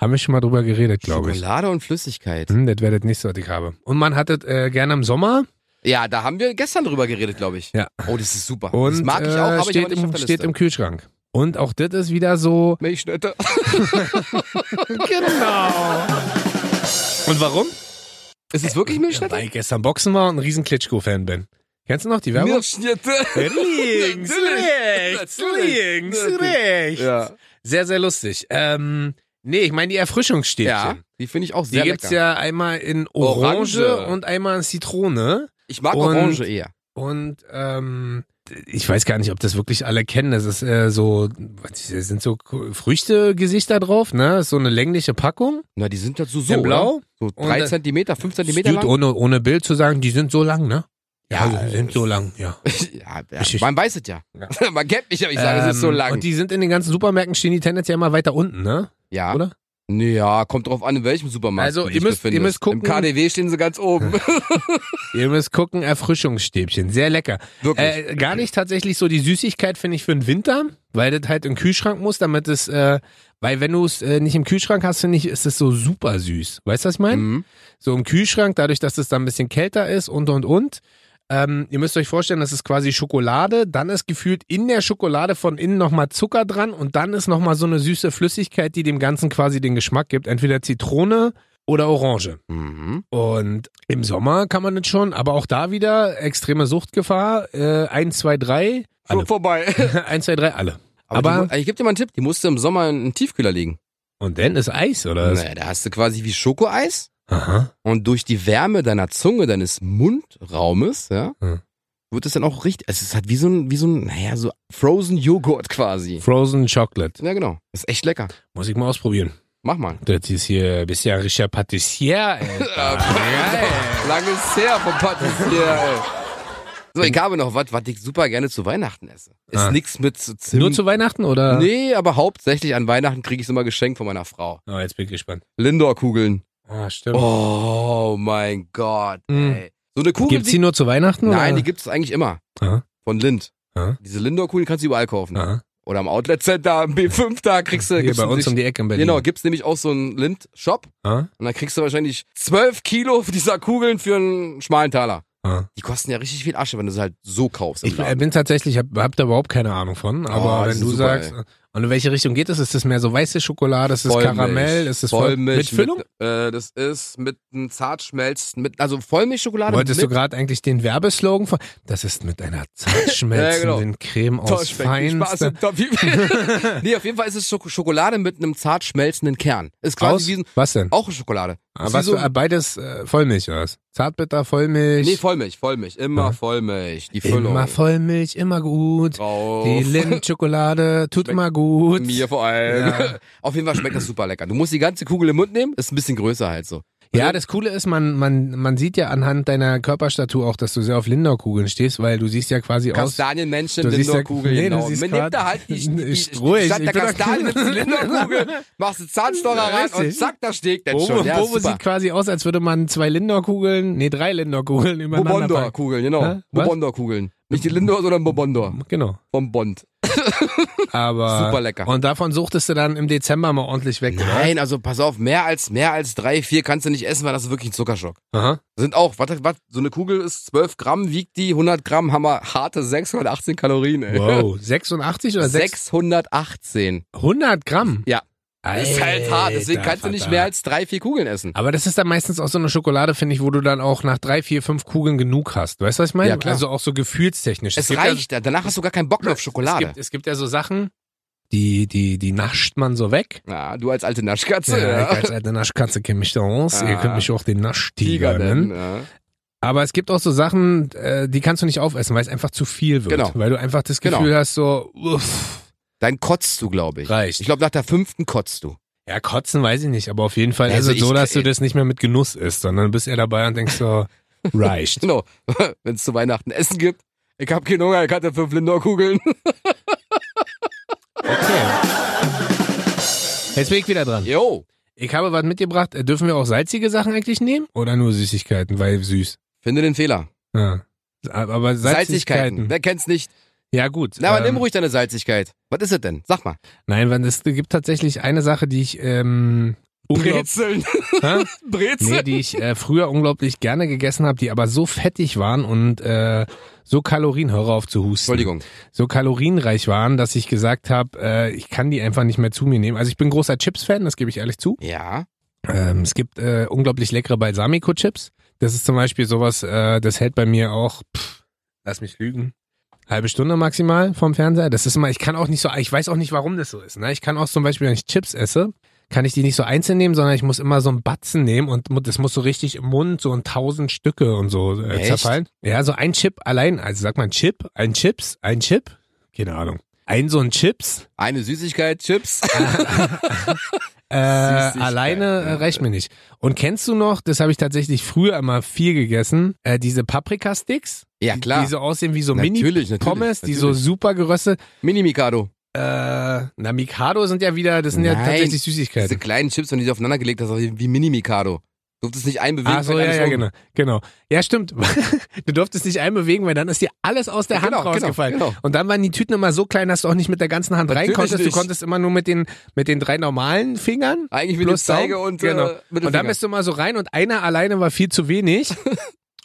[SPEAKER 1] Haben wir schon mal drüber geredet, glaube ich.
[SPEAKER 2] Schokolade und Flüssigkeit.
[SPEAKER 1] Hm, das werdet nicht so, was ich habe. Und man hat das äh, gerne im Sommer.
[SPEAKER 2] Ja, da haben wir gestern drüber geredet, glaube ich.
[SPEAKER 1] Ja.
[SPEAKER 2] Oh, das ist super.
[SPEAKER 1] Und
[SPEAKER 2] das mag ich auch, aber
[SPEAKER 1] äh,
[SPEAKER 2] ich
[SPEAKER 1] steht,
[SPEAKER 2] habe nicht
[SPEAKER 1] im,
[SPEAKER 2] auf der
[SPEAKER 1] steht
[SPEAKER 2] Liste.
[SPEAKER 1] im Kühlschrank. Und auch das ist wieder so.
[SPEAKER 2] Milchschnitte.
[SPEAKER 1] Genau. Und warum?
[SPEAKER 2] Ist es wirklich
[SPEAKER 1] Ja,
[SPEAKER 2] Milchschnitte?
[SPEAKER 1] weil ich gestern Boxen war und ein riesen Klitschko-Fan bin. Kennst du noch die Werbung? Äh,
[SPEAKER 2] Milchschnitte.
[SPEAKER 1] Links,
[SPEAKER 2] Natürlich.
[SPEAKER 1] rechts,
[SPEAKER 2] Natürlich.
[SPEAKER 1] links,
[SPEAKER 2] Natürlich.
[SPEAKER 1] rechts.
[SPEAKER 2] Ja.
[SPEAKER 1] Sehr, sehr lustig. Ähm, nee, ich meine die Erfrischungsstäbchen.
[SPEAKER 2] ja, die finde ich auch
[SPEAKER 1] Die
[SPEAKER 2] sehr
[SPEAKER 1] gibt's
[SPEAKER 2] lecker.
[SPEAKER 1] ja einmal in Orange,
[SPEAKER 2] Orange.
[SPEAKER 1] und einmal in Zitrone.
[SPEAKER 2] ich mag
[SPEAKER 1] Und-
[SPEAKER 2] Orange eher.
[SPEAKER 1] Und ähm, ich weiß gar nicht, ob das wirklich alle kennen. Das ist äh, so, was ist das, sind so K- Früchtegesichter drauf, ne? Ist so eine längliche Packung
[SPEAKER 2] Na, die sind dazu so,
[SPEAKER 1] in
[SPEAKER 2] oder?
[SPEAKER 1] Blau.
[SPEAKER 2] So drei
[SPEAKER 1] äh,
[SPEAKER 2] Zentimeter, fünf Zentimeter
[SPEAKER 1] Dude,
[SPEAKER 2] lang.
[SPEAKER 1] ohne, ohne Bild zu sagen, die sind so lang, ne?
[SPEAKER 2] Ja, äh,
[SPEAKER 1] die sind so lang, ja.
[SPEAKER 2] ja, ja,
[SPEAKER 1] Ich-
[SPEAKER 2] man weiß es ja. man kennt mich, aber ich sage, es ist so
[SPEAKER 1] Ähm,
[SPEAKER 2] lang.
[SPEAKER 1] Und die sind in den ganzen Supermärkten, stehen die tendenziell immer weiter unten, ne?
[SPEAKER 2] ja.
[SPEAKER 1] Oder?
[SPEAKER 2] ja, kommt drauf an, in welchem Supermarkt.
[SPEAKER 1] Also,
[SPEAKER 2] du
[SPEAKER 1] ihr
[SPEAKER 2] dich
[SPEAKER 1] müsst- ihr
[SPEAKER 2] befindest.
[SPEAKER 1] müsst gucken.
[SPEAKER 2] Im KDW stehen sie ganz oben.
[SPEAKER 1] Ihr müsst gucken, Erfrischungsstäbchen, sehr lecker.
[SPEAKER 2] Wirklich.
[SPEAKER 1] Äh, gar nicht tatsächlich so die Süßigkeit, finde ich, für den Winter, weil das halt im Kühlschrank muss, damit es, äh, weil wenn du es äh, nicht im Kühlschrank hast, finde ich, ist es so super süß. Weißt du, was ich meine?
[SPEAKER 2] Mhm.
[SPEAKER 1] So im Kühlschrank, dadurch, dass es dann ein bisschen kälter ist und und und. Ähm, ihr müsst euch vorstellen, das ist quasi Schokolade, dann ist gefühlt in der Schokolade von innen nochmal Zucker dran und dann ist nochmal so eine süße Flüssigkeit, die dem Ganzen quasi den Geschmack gibt. Entweder Zitrone oder Orange.
[SPEAKER 2] Mhm.
[SPEAKER 1] Und im Sommer kann man das schon, aber auch da wieder extreme Suchtgefahr. Äh, 1, 2, 3.
[SPEAKER 2] Schon
[SPEAKER 1] Alle.
[SPEAKER 2] vorbei.
[SPEAKER 1] 1, 2, 3, alle.
[SPEAKER 2] Aber,
[SPEAKER 1] Aber-
[SPEAKER 2] die, mu- ich gebe dir mal einen Tipp, die musst du im Sommer in einen Tiefkühler legen.
[SPEAKER 1] Und dann ist Eis, oder? was?
[SPEAKER 2] Naja, da hast du quasi wie Schokoeis
[SPEAKER 1] Aha.
[SPEAKER 2] und durch die Wärme deiner Zunge, deines Mundraumes, ja,
[SPEAKER 1] Hm.
[SPEAKER 2] wird es dann auch richtig, es ist halt wie so ein, wie so ein, naja, so Frozen Joghurt quasi.
[SPEAKER 1] Frozen Chocolate.
[SPEAKER 2] Ja, genau. Ist echt lecker.
[SPEAKER 1] Muss ich mal ausprobieren.
[SPEAKER 2] Mach mal.
[SPEAKER 1] Das ist hier, bist ja ein richtiger Patissier, ey.
[SPEAKER 2] Äh, Lang ist her vom Patissier, ey. So, ich habe noch was, was ich super gerne zu Weihnachten esse. Ist
[SPEAKER 1] Ah.
[SPEAKER 2] nix mit zu Zimt.
[SPEAKER 1] Nur zu Weihnachten oder?
[SPEAKER 2] Nee, aber hauptsächlich an Weihnachten kriege ich immer geschenkt von meiner Frau.
[SPEAKER 1] Oh, jetzt bin ich gespannt.
[SPEAKER 2] Lindor-Kugeln.
[SPEAKER 1] Ah, stimmt.
[SPEAKER 2] Oh mein Gott,
[SPEAKER 1] Mhm.
[SPEAKER 2] ey. So eine Kugel.
[SPEAKER 1] Gibt's die nur zu Weihnachten?
[SPEAKER 2] nein,
[SPEAKER 1] oder? Ah.
[SPEAKER 2] die gibt's eigentlich immer.
[SPEAKER 1] Aha.
[SPEAKER 2] Von Lind.
[SPEAKER 1] Aha.
[SPEAKER 2] Diese Lindor-Kugeln kannst du überall kaufen.
[SPEAKER 1] Aha.
[SPEAKER 2] Oder am Outlet-Center, am B5, da kriegst du.
[SPEAKER 1] Ah. Hier
[SPEAKER 2] gibt's
[SPEAKER 1] bei uns
[SPEAKER 2] sich-
[SPEAKER 1] um die Ecke in Berlin.
[SPEAKER 2] Genau, gibt's nämlich auch so einen Lind-Shop.
[SPEAKER 1] Ah,
[SPEAKER 2] Und dann kriegst du wahrscheinlich 12 Kilo dieser Kugeln für einen schmalen Taler.
[SPEAKER 1] ah.
[SPEAKER 2] Die kosten ja richtig viel Asche, wenn du sie halt so kaufst. Im
[SPEAKER 1] Ich äh,
[SPEAKER 2] Laden.
[SPEAKER 1] bin tatsächlich, hab, hab da überhaupt keine Ahnung von. Aber
[SPEAKER 2] Oh, das
[SPEAKER 1] wenn
[SPEAKER 2] ist
[SPEAKER 1] du
[SPEAKER 2] super,
[SPEAKER 1] sagst, und in welche Richtung geht es? Ist das mehr so weiße Schokolade? Ist es
[SPEAKER 2] Vollmilch.
[SPEAKER 1] Karamell? Ist es voll mit
[SPEAKER 2] Vollmilch
[SPEAKER 1] Füllung?
[SPEAKER 2] äh, das ist mit einem Zartschmelz, mit, also Vollmilchschokolade
[SPEAKER 1] Wolltest du
[SPEAKER 2] mit
[SPEAKER 1] gerade eigentlich den Werbeslogan von? Das ist mit einer zartschmelzenden
[SPEAKER 2] Ja, genau.
[SPEAKER 1] Creme aus
[SPEAKER 2] Toll, schmeckt wie Spaß
[SPEAKER 1] feinster.
[SPEAKER 2] im Topf. nee, auf jeden Fall ist es Schoko- Schokolade mit einem zart schmelzenden Kern. Ist quasi
[SPEAKER 1] Aus?
[SPEAKER 2] wie ein,
[SPEAKER 1] Was denn?
[SPEAKER 2] auch eine Schokolade.
[SPEAKER 1] Ah,
[SPEAKER 2] Ist wie
[SPEAKER 1] was
[SPEAKER 2] so,
[SPEAKER 1] für, ah, beides äh, Vollmilch oder was? Zartbitter, Vollmilch.
[SPEAKER 2] nee, Vollmilch, Vollmilch, immer
[SPEAKER 1] Ja.
[SPEAKER 2] Vollmilch, die Füllung.
[SPEAKER 1] immer Vollmilch, immer gut.
[SPEAKER 2] drauf.
[SPEAKER 1] Die Lindschokolade tut
[SPEAKER 2] Schmeckt
[SPEAKER 1] immer gut.
[SPEAKER 2] Mir vor allem.
[SPEAKER 1] Ja.
[SPEAKER 2] Auf jeden Fall schmeckt das super lecker. Du musst die ganze Kugel im Mund nehmen, ist ein bisschen größer halt so.
[SPEAKER 1] Ja, das Coole ist, man, man, man sieht ja anhand deiner Körperstatur auch, dass du sehr auf Lindor-Kugeln stehst, weil du siehst ja quasi aus.
[SPEAKER 2] Kastanienmenschen,
[SPEAKER 1] Du siehst ja-
[SPEAKER 2] Lindor-Kugel,
[SPEAKER 1] nee, du
[SPEAKER 2] genau.
[SPEAKER 1] siehst
[SPEAKER 2] Man
[SPEAKER 1] grad-
[SPEAKER 2] nimmt da halt die, die, die
[SPEAKER 1] Ich ruhig,
[SPEAKER 2] statt
[SPEAKER 1] ich
[SPEAKER 2] der
[SPEAKER 1] bin doch-
[SPEAKER 2] Kastanie nimmst du die Lindor-Kugel, machst du Zahnstocher rein und
[SPEAKER 1] Richtig.
[SPEAKER 2] zack, da steckt der
[SPEAKER 1] Bobo,
[SPEAKER 2] schon. Ja,
[SPEAKER 1] Bobo
[SPEAKER 2] super.
[SPEAKER 1] sieht quasi aus, als würde man zwei Lindor-Kugeln, nee, drei Lindor-Kugeln übereinander packen.
[SPEAKER 2] Bobondor-Kugeln, genau.
[SPEAKER 1] Hä? Was?
[SPEAKER 2] Bobondor-Kugeln. Nicht die Lindor, sondern Bobondor.
[SPEAKER 1] Genau.
[SPEAKER 2] Vom Bond.
[SPEAKER 1] Aber.
[SPEAKER 2] Super lecker.
[SPEAKER 1] Und davon suchtest du dann im Dezember mal ordentlich weg,
[SPEAKER 2] Nein, also pass auf, mehr als, mehr als drei, vier kannst du nicht essen, weil das ist wirklich ein Zuckerschock.
[SPEAKER 1] oder? Aha.
[SPEAKER 2] Sind auch, warte, warte, so eine Kugel ist 12 Gramm, wiegt die, 100 Gramm haben wir harte 618 Kalorien, ey.
[SPEAKER 1] Wow. 86 oder 6?
[SPEAKER 2] 618.
[SPEAKER 1] 100 Gramm?
[SPEAKER 2] Ja. Das ist halt hart, deswegen
[SPEAKER 1] Alter
[SPEAKER 2] kannst du nicht
[SPEAKER 1] Vater.
[SPEAKER 2] mehr als drei, vier Kugeln essen.
[SPEAKER 1] Aber das ist dann meistens auch so eine Schokolade, finde ich, wo du dann auch nach drei, vier, fünf Kugeln genug hast. Weißt du, was ich meine?
[SPEAKER 2] Ja, klar.
[SPEAKER 1] Also auch so gefühlstechnisch.
[SPEAKER 2] Es
[SPEAKER 1] gibt
[SPEAKER 2] reicht, danach hast du gar keinen Bock mehr auf
[SPEAKER 1] Ja, es,
[SPEAKER 2] Schokolade.
[SPEAKER 1] gibt, es gibt ja so Sachen, die, die, die nascht man so weg.
[SPEAKER 2] Ja, du als alte Naschkatze.
[SPEAKER 1] Ja,
[SPEAKER 2] Ja,
[SPEAKER 1] Ich äh, als alte Naschkatze kenne mich da aus. Ihr
[SPEAKER 2] Ah.
[SPEAKER 1] könnt mich auch den Naschtiger
[SPEAKER 2] Tiger denn.
[SPEAKER 1] nennen.
[SPEAKER 2] Ja.
[SPEAKER 1] Aber es gibt auch so Sachen, äh, die kannst du nicht aufessen, weil es einfach zu viel wird.
[SPEAKER 2] Genau.
[SPEAKER 1] Weil du einfach das
[SPEAKER 2] Genau.
[SPEAKER 1] Gefühl hast, so, uff,
[SPEAKER 2] Dann kotzt du, glaube ich.
[SPEAKER 1] reicht.
[SPEAKER 2] Ich glaube, nach der fünften kotzt du.
[SPEAKER 1] Ja, kotzen weiß ich nicht, aber auf jeden Fall
[SPEAKER 2] Also
[SPEAKER 1] ist es so,
[SPEAKER 2] ich-
[SPEAKER 1] dass du das nicht mehr mit Genuss isst, sondern bist eher dabei und denkst so, reicht.
[SPEAKER 2] Genau, wenn es zu Weihnachten Essen gibt. Ich hab keinen Hunger, ich hatte fünf Lindor-Kugeln.
[SPEAKER 1] Okay. Jetzt bin ich wieder dran.
[SPEAKER 2] Jo,
[SPEAKER 1] Ich habe was mitgebracht. Äh, Dürfen wir auch salzige Sachen eigentlich nehmen? Oder nur Süßigkeiten, weil süß?
[SPEAKER 2] finde den Fehler.
[SPEAKER 1] Ja. Aber Salzigkeiten.
[SPEAKER 2] Wer kennt's nicht?
[SPEAKER 1] Ja, gut.
[SPEAKER 2] Na, aber
[SPEAKER 1] Ähm,
[SPEAKER 2] nimm ruhig deine Salzigkeit. Was ist es denn? Sag mal.
[SPEAKER 1] Nein, weil es gibt tatsächlich eine Sache, die ich, ähm, unglaub-
[SPEAKER 2] Brezeln.
[SPEAKER 1] Hä?
[SPEAKER 2] Brezeln.
[SPEAKER 1] nee, die ich äh, früher unglaublich gerne gegessen habe, die aber so fettig waren und äh, so Kalorien, höre auf zu husten.
[SPEAKER 2] Entschuldigung.
[SPEAKER 1] so kalorienreich waren, dass ich gesagt habe, äh, ich kann die einfach nicht mehr zu mir nehmen. Also ich bin großer Chips-Fan, das gebe ich ehrlich zu.
[SPEAKER 2] Ja.
[SPEAKER 1] Ähm, es gibt äh, unglaublich leckere Balsamico-Chips. Das ist zum Beispiel sowas, äh, das hält bei mir auch, pff, lass mich lügen, halbe Stunde maximal vom Fernseher. Das ist immer, ich kann auch nicht so, ich weiß auch nicht, warum das so ist. Ne? Ich kann auch zum Beispiel, wenn ich Chips esse, kann ich die nicht so einzeln nehmen, sondern ich muss immer so einen Batzen nehmen und mu- das muss so richtig im Mund so in tausend Stücke und so äh,
[SPEAKER 2] Echt?
[SPEAKER 1] zerfallen. Ja, so ein Chip allein, also sagt man Chip, ein Chips, ein Chip, keine Ahnung. Ein so ein Chips,
[SPEAKER 2] Eine Süßigkeit, Chips.
[SPEAKER 1] äh,
[SPEAKER 2] Süßigkeiten.
[SPEAKER 1] alleine äh, reicht mir nicht. Und kennst du noch, das habe ich tatsächlich früher immer viel gegessen, äh, diese Paprikasticks?
[SPEAKER 2] Ja,
[SPEAKER 1] Die-
[SPEAKER 2] klar.
[SPEAKER 1] Die so aussehen wie so
[SPEAKER 2] Natürlich, natürlich,
[SPEAKER 1] Mini-Pommes, die so
[SPEAKER 2] natürlich.
[SPEAKER 1] super geröstet.
[SPEAKER 2] Mini-Mikado.
[SPEAKER 1] Äh, na, Mikado sind ja wieder, das sind ja
[SPEAKER 2] Nein,
[SPEAKER 1] tatsächlich
[SPEAKER 2] Diese
[SPEAKER 1] Süßigkeiten.
[SPEAKER 2] kleinen Chips, wenn du die aufeinander gelegt hast, also wie Mini-Mikado. Du durftest nicht einbewegen.
[SPEAKER 1] Ach so,
[SPEAKER 2] fällt
[SPEAKER 1] ja,
[SPEAKER 2] alles
[SPEAKER 1] ja,
[SPEAKER 2] um.
[SPEAKER 1] genau, genau. Ja, stimmt. du durftest nicht einbewegen, weil dann ist dir alles aus der
[SPEAKER 2] Ja,
[SPEAKER 1] Hand
[SPEAKER 2] genau, genau,
[SPEAKER 1] rausgefallen.
[SPEAKER 2] genau.
[SPEAKER 1] Und dann waren die Tüten immer so klein, dass du auch nicht mit der ganzen Hand rein
[SPEAKER 2] Natürlich
[SPEAKER 1] konntest. Du
[SPEAKER 2] nicht.
[SPEAKER 1] konntest immer nur mit den, mit den drei normalen Fingern
[SPEAKER 2] Eigentlich mit dem
[SPEAKER 1] Plus
[SPEAKER 2] Zeige
[SPEAKER 1] Daumen.
[SPEAKER 2] und
[SPEAKER 1] Genau.
[SPEAKER 2] äh,
[SPEAKER 1] Und dann
[SPEAKER 2] Mittelfinger.
[SPEAKER 1] bist du mal so rein und einer alleine war viel zu wenig.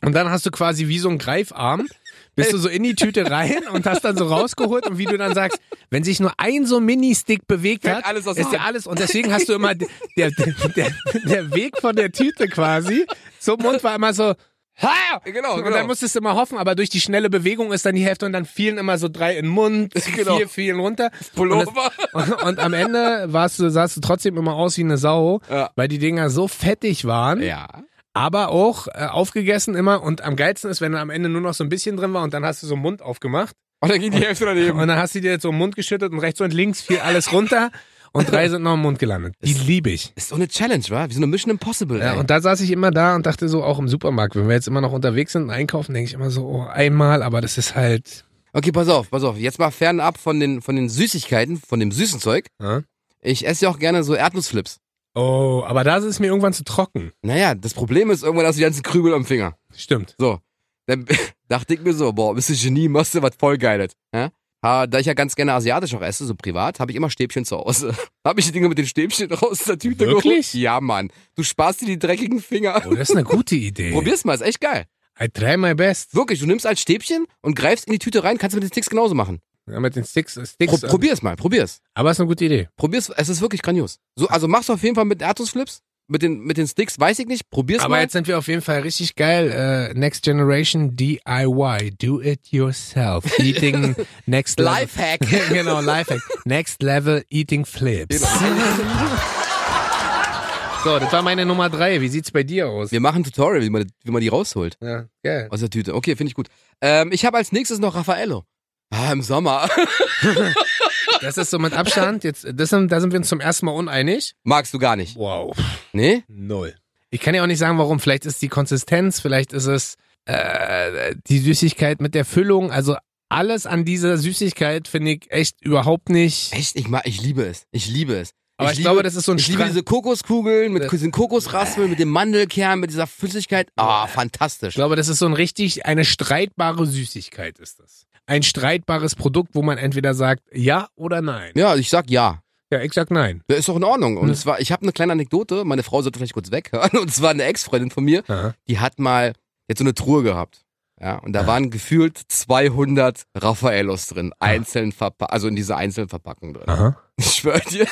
[SPEAKER 1] Und dann hast du quasi wie so einen Greifarm, bist du so in die Tüte rein und hast dann so rausgeholt und wie du dann sagst, wenn sich nur ein so Mini-Stick bewegt
[SPEAKER 2] Fällt
[SPEAKER 1] hat,
[SPEAKER 2] alles aus der
[SPEAKER 1] ist ja
[SPEAKER 2] Hand.
[SPEAKER 1] alles. Und deswegen hast du immer, der, der, der, der Weg von der Tüte quasi zum Mund war immer so, ha!
[SPEAKER 2] Genau,
[SPEAKER 1] Und
[SPEAKER 2] genau.
[SPEAKER 1] dann musstest du immer hoffen, aber durch die schnelle Bewegung ist dann die Hälfte und dann fielen immer so drei in den Mund,
[SPEAKER 2] Genau.
[SPEAKER 1] vier fielen runter. Und,
[SPEAKER 2] Pullover.
[SPEAKER 1] das, und, und am Ende warst du, sahst du trotzdem immer aus wie eine Sau,
[SPEAKER 2] Ja.
[SPEAKER 1] weil die Dinger so fettig waren,
[SPEAKER 2] Ja.
[SPEAKER 1] aber auch äh, aufgegessen immer. Und am geilsten ist, wenn da am Ende nur noch so ein bisschen drin war und dann hast du so einen Mund aufgemacht
[SPEAKER 2] Und dann ging die Hälfte daneben.
[SPEAKER 1] und dann hast du dir jetzt so einen Mund geschüttet und rechts und links fiel alles runter. und drei sind noch im Mund gelandet. Die liebe ich.
[SPEAKER 2] Ist so eine Challenge, wa? Wie so eine Mission Impossible.
[SPEAKER 1] Ja,
[SPEAKER 2] ey.
[SPEAKER 1] und da saß ich immer da und dachte so, auch im Supermarkt, wenn wir jetzt immer noch unterwegs sind und einkaufen, denke ich immer so, oh, einmal, aber das ist halt.
[SPEAKER 2] okay, pass auf, pass auf. Jetzt mal fernab von den, von den Süßigkeiten, von dem süßen Zeug.
[SPEAKER 1] Ja.
[SPEAKER 2] Ich esse ja auch gerne so Erdnussflips.
[SPEAKER 1] ne? Oh, aber da ist es mir irgendwann zu trocken.
[SPEAKER 2] Naja, das Problem ist, irgendwann hast du die ganzen Krübel am Finger.
[SPEAKER 1] Stimmt.
[SPEAKER 2] So. Dann dachte ich mir so, boah, bist du Genie, machst du was voll geiles. Ja? Ha, Da ich ja ganz gerne asiatisch auch esse, so privat, habe ich immer Stäbchen zu Hause. habe ich die Dinge mit den Stäbchen raus der Tüte geholt.
[SPEAKER 1] Wirklich?
[SPEAKER 2] Ja, Mann. Du sparst dir die dreckigen Finger.
[SPEAKER 1] Oh, das ist eine gute Idee.
[SPEAKER 2] Probier's mal, ist echt geil.
[SPEAKER 1] I try my best.
[SPEAKER 2] Wirklich, du nimmst als Stäbchen und greifst in die Tüte rein, kannst du mit den Sticks genauso machen.
[SPEAKER 1] Ja, mit den Sticks.
[SPEAKER 2] Pro
[SPEAKER 1] Sticks äh,
[SPEAKER 2] probier's mal, probier's.
[SPEAKER 1] aber ist eine gute Idee.
[SPEAKER 2] Probier's, es ist wirklich grandios. So, also mach's auf jeden Fall mit Erdnussflips, mit den, mit den Sticks, weiß ich nicht, probier's
[SPEAKER 1] Aber
[SPEAKER 2] mal.
[SPEAKER 1] jetzt sind wir auf jeden Fall richtig geil. Äh, Next Generation DIY. Do it yourself. Eating Next Level.
[SPEAKER 2] Lifehack.
[SPEAKER 1] genau, Lifehack. Next Level Eating Flips. So, das war meine Nummer drei. Wie sieht's bei dir aus?
[SPEAKER 2] Wir machen ein Tutorial, wie man, wie man die rausholt.
[SPEAKER 1] Ja, geil.
[SPEAKER 2] Aus der Tüte. Okay, finde ich gut. Ähm, ich habe als nächstes noch Raffaello. Ah, im Sommer.
[SPEAKER 1] Das ist so mit Abstand. Jetzt, das sind, da sind wir uns zum ersten Mal uneinig.
[SPEAKER 2] Magst du gar nicht.
[SPEAKER 1] Wow.
[SPEAKER 2] Nee?
[SPEAKER 1] Null. Ich kann ja auch nicht sagen, warum. Vielleicht ist die Konsistenz, vielleicht ist es äh, die Süßigkeit mit der Füllung. Also alles an dieser Süßigkeit finde ich echt überhaupt nicht.
[SPEAKER 2] Echt? Ich, mag, ich liebe es. Ich liebe es.
[SPEAKER 1] Aber ich,
[SPEAKER 2] liebe,
[SPEAKER 1] glaube, das ist so ein
[SPEAKER 2] Ich liebe
[SPEAKER 1] Strang.
[SPEAKER 2] diese Kokoskugeln mit
[SPEAKER 1] Das-
[SPEAKER 2] diesen Kokosraspeln, mit dem Mandelkern, mit dieser Flüssigkeit. Ah,
[SPEAKER 1] Ich
[SPEAKER 2] fantastisch.
[SPEAKER 1] glaube, das ist so ein richtig eine streitbare Süßigkeit ist das. Ein streitbares Produkt, wo man entweder sagt ja oder nein.
[SPEAKER 2] Ja, ich sag ja.
[SPEAKER 1] Ja, ich sag nein.
[SPEAKER 2] Das ist doch in Ordnung. Und
[SPEAKER 1] Ja.
[SPEAKER 2] zwar, ich habe eine kleine Anekdote, meine Frau sollte vielleicht kurz weghören. Und zwar eine Ex-Freundin von mir, die hat mal jetzt so eine Truhe gehabt. Ja, und da waren gefühlt 200 Raffaellos drin, einzeln verpackt, also in diese einzelnen Verpackung drin.
[SPEAKER 1] Aha.
[SPEAKER 2] Ich schwör dir,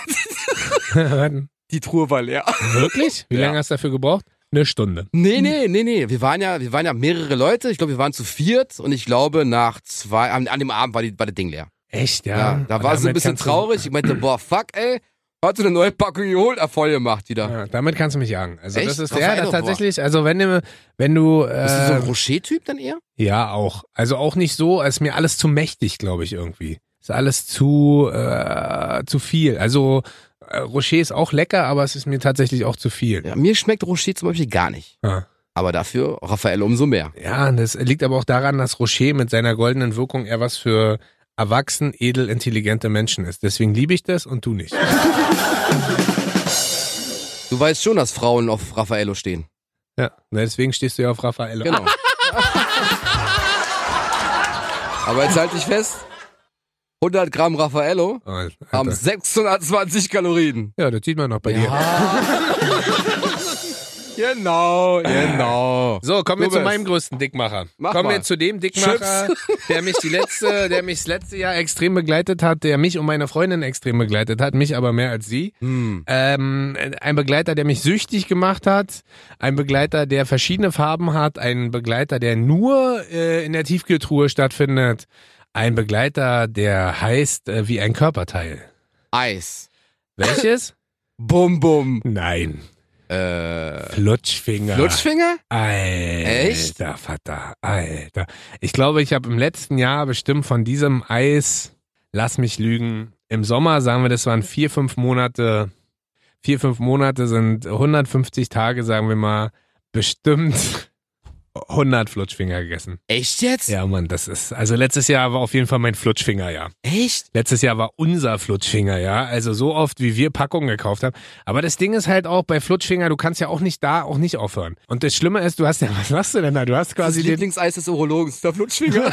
[SPEAKER 2] die Truhe war leer.
[SPEAKER 1] Wirklich? Wie
[SPEAKER 2] Ja.
[SPEAKER 1] lange hast du dafür gebraucht? Eine Stunde.
[SPEAKER 2] Nee, nee, nee, nee. Wir waren ja, wir waren ja mehrere Leute. Ich glaube, wir waren zu viert und ich glaube, nach zwei, an, an dem Abend war, die, war das Ding leer.
[SPEAKER 1] Echt,
[SPEAKER 2] Ja,
[SPEAKER 1] ja.
[SPEAKER 2] da war sie ein
[SPEAKER 1] Damit
[SPEAKER 2] bisschen
[SPEAKER 1] kannst du-
[SPEAKER 2] traurig. Ich meinte, boah, fuck, ey. Hat sie eine neue Packung geholt, er voll gemacht wieder.
[SPEAKER 1] Ja, damit kannst du mich jagen. Also
[SPEAKER 2] Echt?
[SPEAKER 1] das ist ja
[SPEAKER 2] Raffaello,
[SPEAKER 1] das
[SPEAKER 2] boah.
[SPEAKER 1] tatsächlich, also wenn du wenn du, äh,
[SPEAKER 2] Bist du so ein Rocher-Typ dann eher?
[SPEAKER 1] ja auch, also auch nicht so, ist mir alles zu mächtig, glaube ich irgendwie. Ist alles zu äh, zu viel. Also äh, Rocher ist auch lecker, aber es ist mir tatsächlich auch zu viel.
[SPEAKER 2] Ja, mir schmeckt Rocher zum Beispiel gar nicht.
[SPEAKER 1] Ja.
[SPEAKER 2] Aber dafür Raffaello umso mehr.
[SPEAKER 1] Ja, und das liegt aber auch daran, dass Rocher mit seiner goldenen Wirkung eher was für erwachsen, edel, intelligente Menschen ist. Deswegen liebe ich das und du nicht.
[SPEAKER 2] Du weißt schon, dass Frauen auf Raffaello stehen.
[SPEAKER 1] Ja, na, deswegen stehst du ja auf Raffaello.
[SPEAKER 2] Genau. Aber jetzt halte ich fest, 100 Gramm Raffaello
[SPEAKER 1] Oh, Alter.
[SPEAKER 2] haben 620 Kalorien.
[SPEAKER 1] ja, das sieht man noch bei dir.
[SPEAKER 2] Genau, genau.
[SPEAKER 1] So, kommen wir
[SPEAKER 2] Du
[SPEAKER 1] zu
[SPEAKER 2] bist.
[SPEAKER 1] meinem größten Dickmacher.
[SPEAKER 2] Mach
[SPEAKER 1] kommen
[SPEAKER 2] mal.
[SPEAKER 1] wir zu dem Dickmacher, der mich die letzte, der mich das letzte Jahr extrem begleitet hat, der mich und meine Freundin extrem begleitet hat, mich aber mehr als sie.
[SPEAKER 2] Hm.
[SPEAKER 1] Ähm, ein Begleiter, der mich süchtig gemacht hat, ein Begleiter, der verschiedene Farben hat, ein Begleiter, der nur äh, in der Tiefkühltruhe stattfindet, ein Begleiter, der heißt äh, wie ein Körperteil.
[SPEAKER 2] Eis.
[SPEAKER 1] Welches?
[SPEAKER 2] Bum, bum.
[SPEAKER 1] Nein.
[SPEAKER 2] Äh,
[SPEAKER 1] Flutschfinger.
[SPEAKER 2] Lutschfinger?
[SPEAKER 1] Alter
[SPEAKER 2] Echt?
[SPEAKER 1] Vater, Alter. Ich glaube, ich habe im letzten Jahr bestimmt von diesem Eis, lass mich lügen, im Sommer, sagen wir, das waren vier, fünf Monate, vier, fünf Monate sind 150 Tage, sagen wir mal, bestimmt 100 Flutschfinger gegessen.
[SPEAKER 2] Echt jetzt?
[SPEAKER 1] Ja, Mann, das ist, also letztes Jahr war auf jeden Fall mein Flutschfingerjahr.
[SPEAKER 2] Echt?
[SPEAKER 1] Letztes Jahr war unser Flutschfinger, ja. Also so oft, wie wir Packungen gekauft haben. Aber das Ding ist halt auch bei Flutschfinger, du kannst ja auch nicht da, auch nicht aufhören. Und das Schlimme ist, du hast ja, was machst du denn da? Du hast
[SPEAKER 2] Das
[SPEAKER 1] quasi den.
[SPEAKER 2] Lieblingseis des Urologens, der Flutschfinger.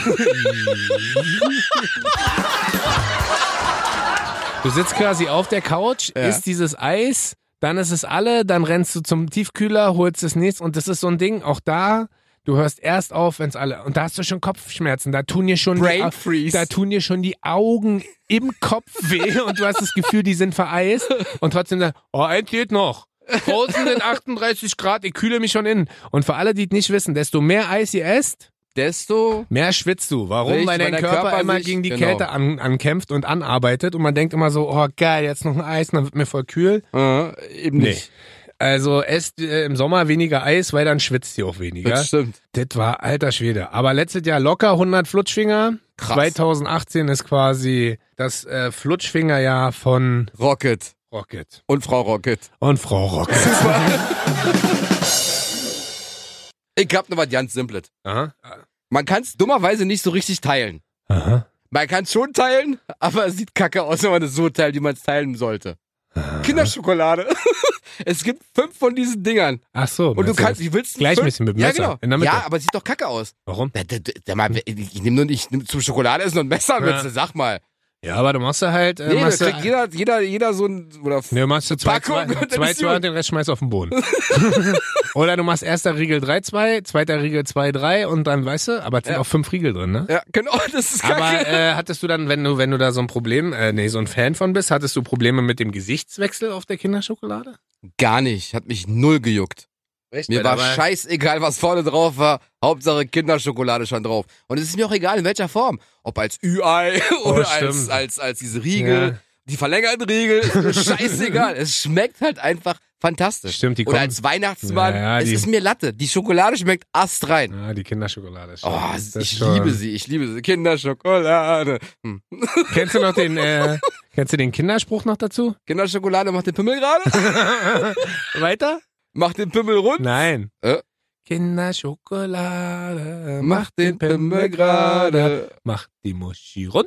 [SPEAKER 1] Du sitzt quasi auf der Couch,
[SPEAKER 2] Ja.
[SPEAKER 1] isst dieses Eis, dann ist es alle, dann rennst du zum Tiefkühler, holst das nächste. Und das ist so ein Ding, auch da, du hörst erst auf, wenn's alle. Und da hast du schon Kopfschmerzen, da tun dir schon die,
[SPEAKER 2] Brain
[SPEAKER 1] Au-
[SPEAKER 2] Freeze.
[SPEAKER 1] da tun dir schon die Augen im Kopf weh und du hast das Gefühl, die sind vereist und trotzdem sagst, oh, eins geht noch. Draußen sind 38 Grad, ich kühle mich schon innen. Und für alle, die es nicht wissen, desto mehr Eis ihr esst,
[SPEAKER 2] Desto
[SPEAKER 1] mehr schwitzt du. Warum?
[SPEAKER 2] Richtig,
[SPEAKER 1] weil dein
[SPEAKER 2] weil der
[SPEAKER 1] Körper,
[SPEAKER 2] Körper
[SPEAKER 1] immer
[SPEAKER 2] sich-
[SPEAKER 1] gegen die
[SPEAKER 2] genau.
[SPEAKER 1] Kälte an, ankämpft und anarbeitet und man denkt immer so, oh geil, jetzt noch ein Eis, dann wird mir voll kühl.
[SPEAKER 2] äh, eben
[SPEAKER 1] Nee.
[SPEAKER 2] nicht.
[SPEAKER 1] Also esst äh, im Sommer weniger Eis, weil dann schwitzt ihr auch weniger.
[SPEAKER 2] Das stimmt.
[SPEAKER 1] Das war alter Schwede. Aber letztes Jahr locker 100 Flutschfinger.
[SPEAKER 2] Krass.
[SPEAKER 1] 2018 ist quasi das äh, Flutschfingerjahr von
[SPEAKER 2] Rocket.
[SPEAKER 1] Rocket.
[SPEAKER 2] Und Frau Rocket.
[SPEAKER 1] Und Frau Rocket.
[SPEAKER 2] Ich hab noch was ganz Simples.
[SPEAKER 1] Aha.
[SPEAKER 2] Man kann es dummerweise nicht so richtig teilen.
[SPEAKER 1] Aha.
[SPEAKER 2] Man kann es schon teilen, aber es sieht kacke aus, wenn man es so teilt, wie man es teilen sollte. Ah. Kinderschokolade. es gibt fünf von diesen Dingern.
[SPEAKER 1] Ach so.
[SPEAKER 2] Und du
[SPEAKER 1] meinst
[SPEAKER 2] kannst,
[SPEAKER 1] das?
[SPEAKER 2] wie willst du
[SPEAKER 1] Gleich ein
[SPEAKER 2] fünf-
[SPEAKER 1] bisschen mit dem
[SPEAKER 2] ja,
[SPEAKER 1] Messer.
[SPEAKER 2] genau.
[SPEAKER 1] In der Mitte.
[SPEAKER 2] Ja, aber es sieht doch kacke aus.
[SPEAKER 1] Warum?
[SPEAKER 2] Da- da- da- Sag mal, ich nehme nur nicht, ich nehm zum Schokolade ist nur ein Messer,
[SPEAKER 1] Ja.
[SPEAKER 2] ja. sag mal.
[SPEAKER 1] Ja, aber du machst da halt. Äh,
[SPEAKER 2] Nee, da
[SPEAKER 1] machst
[SPEAKER 2] kriegt
[SPEAKER 1] du,
[SPEAKER 2] jeder, jeder, jeder so ein, oder
[SPEAKER 1] nee, machst du zwei,
[SPEAKER 2] Packung
[SPEAKER 1] zwei,
[SPEAKER 2] und dann ist
[SPEAKER 1] zwei, zwei
[SPEAKER 2] gut.
[SPEAKER 1] und den Rest schmeißt du auf den Boden. Oder du machst erster Riegel 3, 2, zweiter Riegel 2, 3 und dann, weißt du, aber es sind
[SPEAKER 2] Ja.
[SPEAKER 1] auch fünf Riegel drin, ne?
[SPEAKER 2] ja, genau, das ist kacke.
[SPEAKER 1] Aber äh, hattest du dann, wenn du, wenn du da so ein Problem, äh, nee, so ein Fan von bist, hattest du Probleme mit dem Gesichtswechsel auf der Kinderschokolade?
[SPEAKER 2] Gar nicht, hat mich null gejuckt.
[SPEAKER 1] Echt?
[SPEAKER 2] Mir war scheißegal, was vorne drauf war. Hauptsache Kinderschokolade stand drauf. Und es ist mir auch egal, in welcher Form. Ob als Ü-Ei
[SPEAKER 1] Oh,
[SPEAKER 2] oder als,
[SPEAKER 1] stimmt.
[SPEAKER 2] als, als diese Riegel.
[SPEAKER 1] Ja.
[SPEAKER 2] Die verlängerten Riegel. ist mir scheißegal. Es schmeckt halt einfach fantastisch.
[SPEAKER 1] Stimmt, die
[SPEAKER 2] Oder
[SPEAKER 1] kommen-
[SPEAKER 2] als Weihnachtsmann.
[SPEAKER 1] Ja, ja,
[SPEAKER 2] es
[SPEAKER 1] die-
[SPEAKER 2] ist mir Latte. Die Schokolade schmeckt astrein.
[SPEAKER 1] Ah, die Kinderschokolade. stimmt.
[SPEAKER 2] Oh,
[SPEAKER 1] Das ist
[SPEAKER 2] ich
[SPEAKER 1] schon-
[SPEAKER 2] liebe sie. Ich liebe sie. Kinderschokolade. Hm.
[SPEAKER 1] Kennst du noch den, äh, kennst du den Kinderspruch noch dazu?
[SPEAKER 2] Kinderschokolade macht den Pimmel gerade?
[SPEAKER 1] Weiter?
[SPEAKER 2] macht den Pimmel rund?
[SPEAKER 1] Nein.
[SPEAKER 2] Äh?
[SPEAKER 1] Kinderschokolade
[SPEAKER 2] Macht den Pimmel gerade.
[SPEAKER 1] macht die Muschi rund.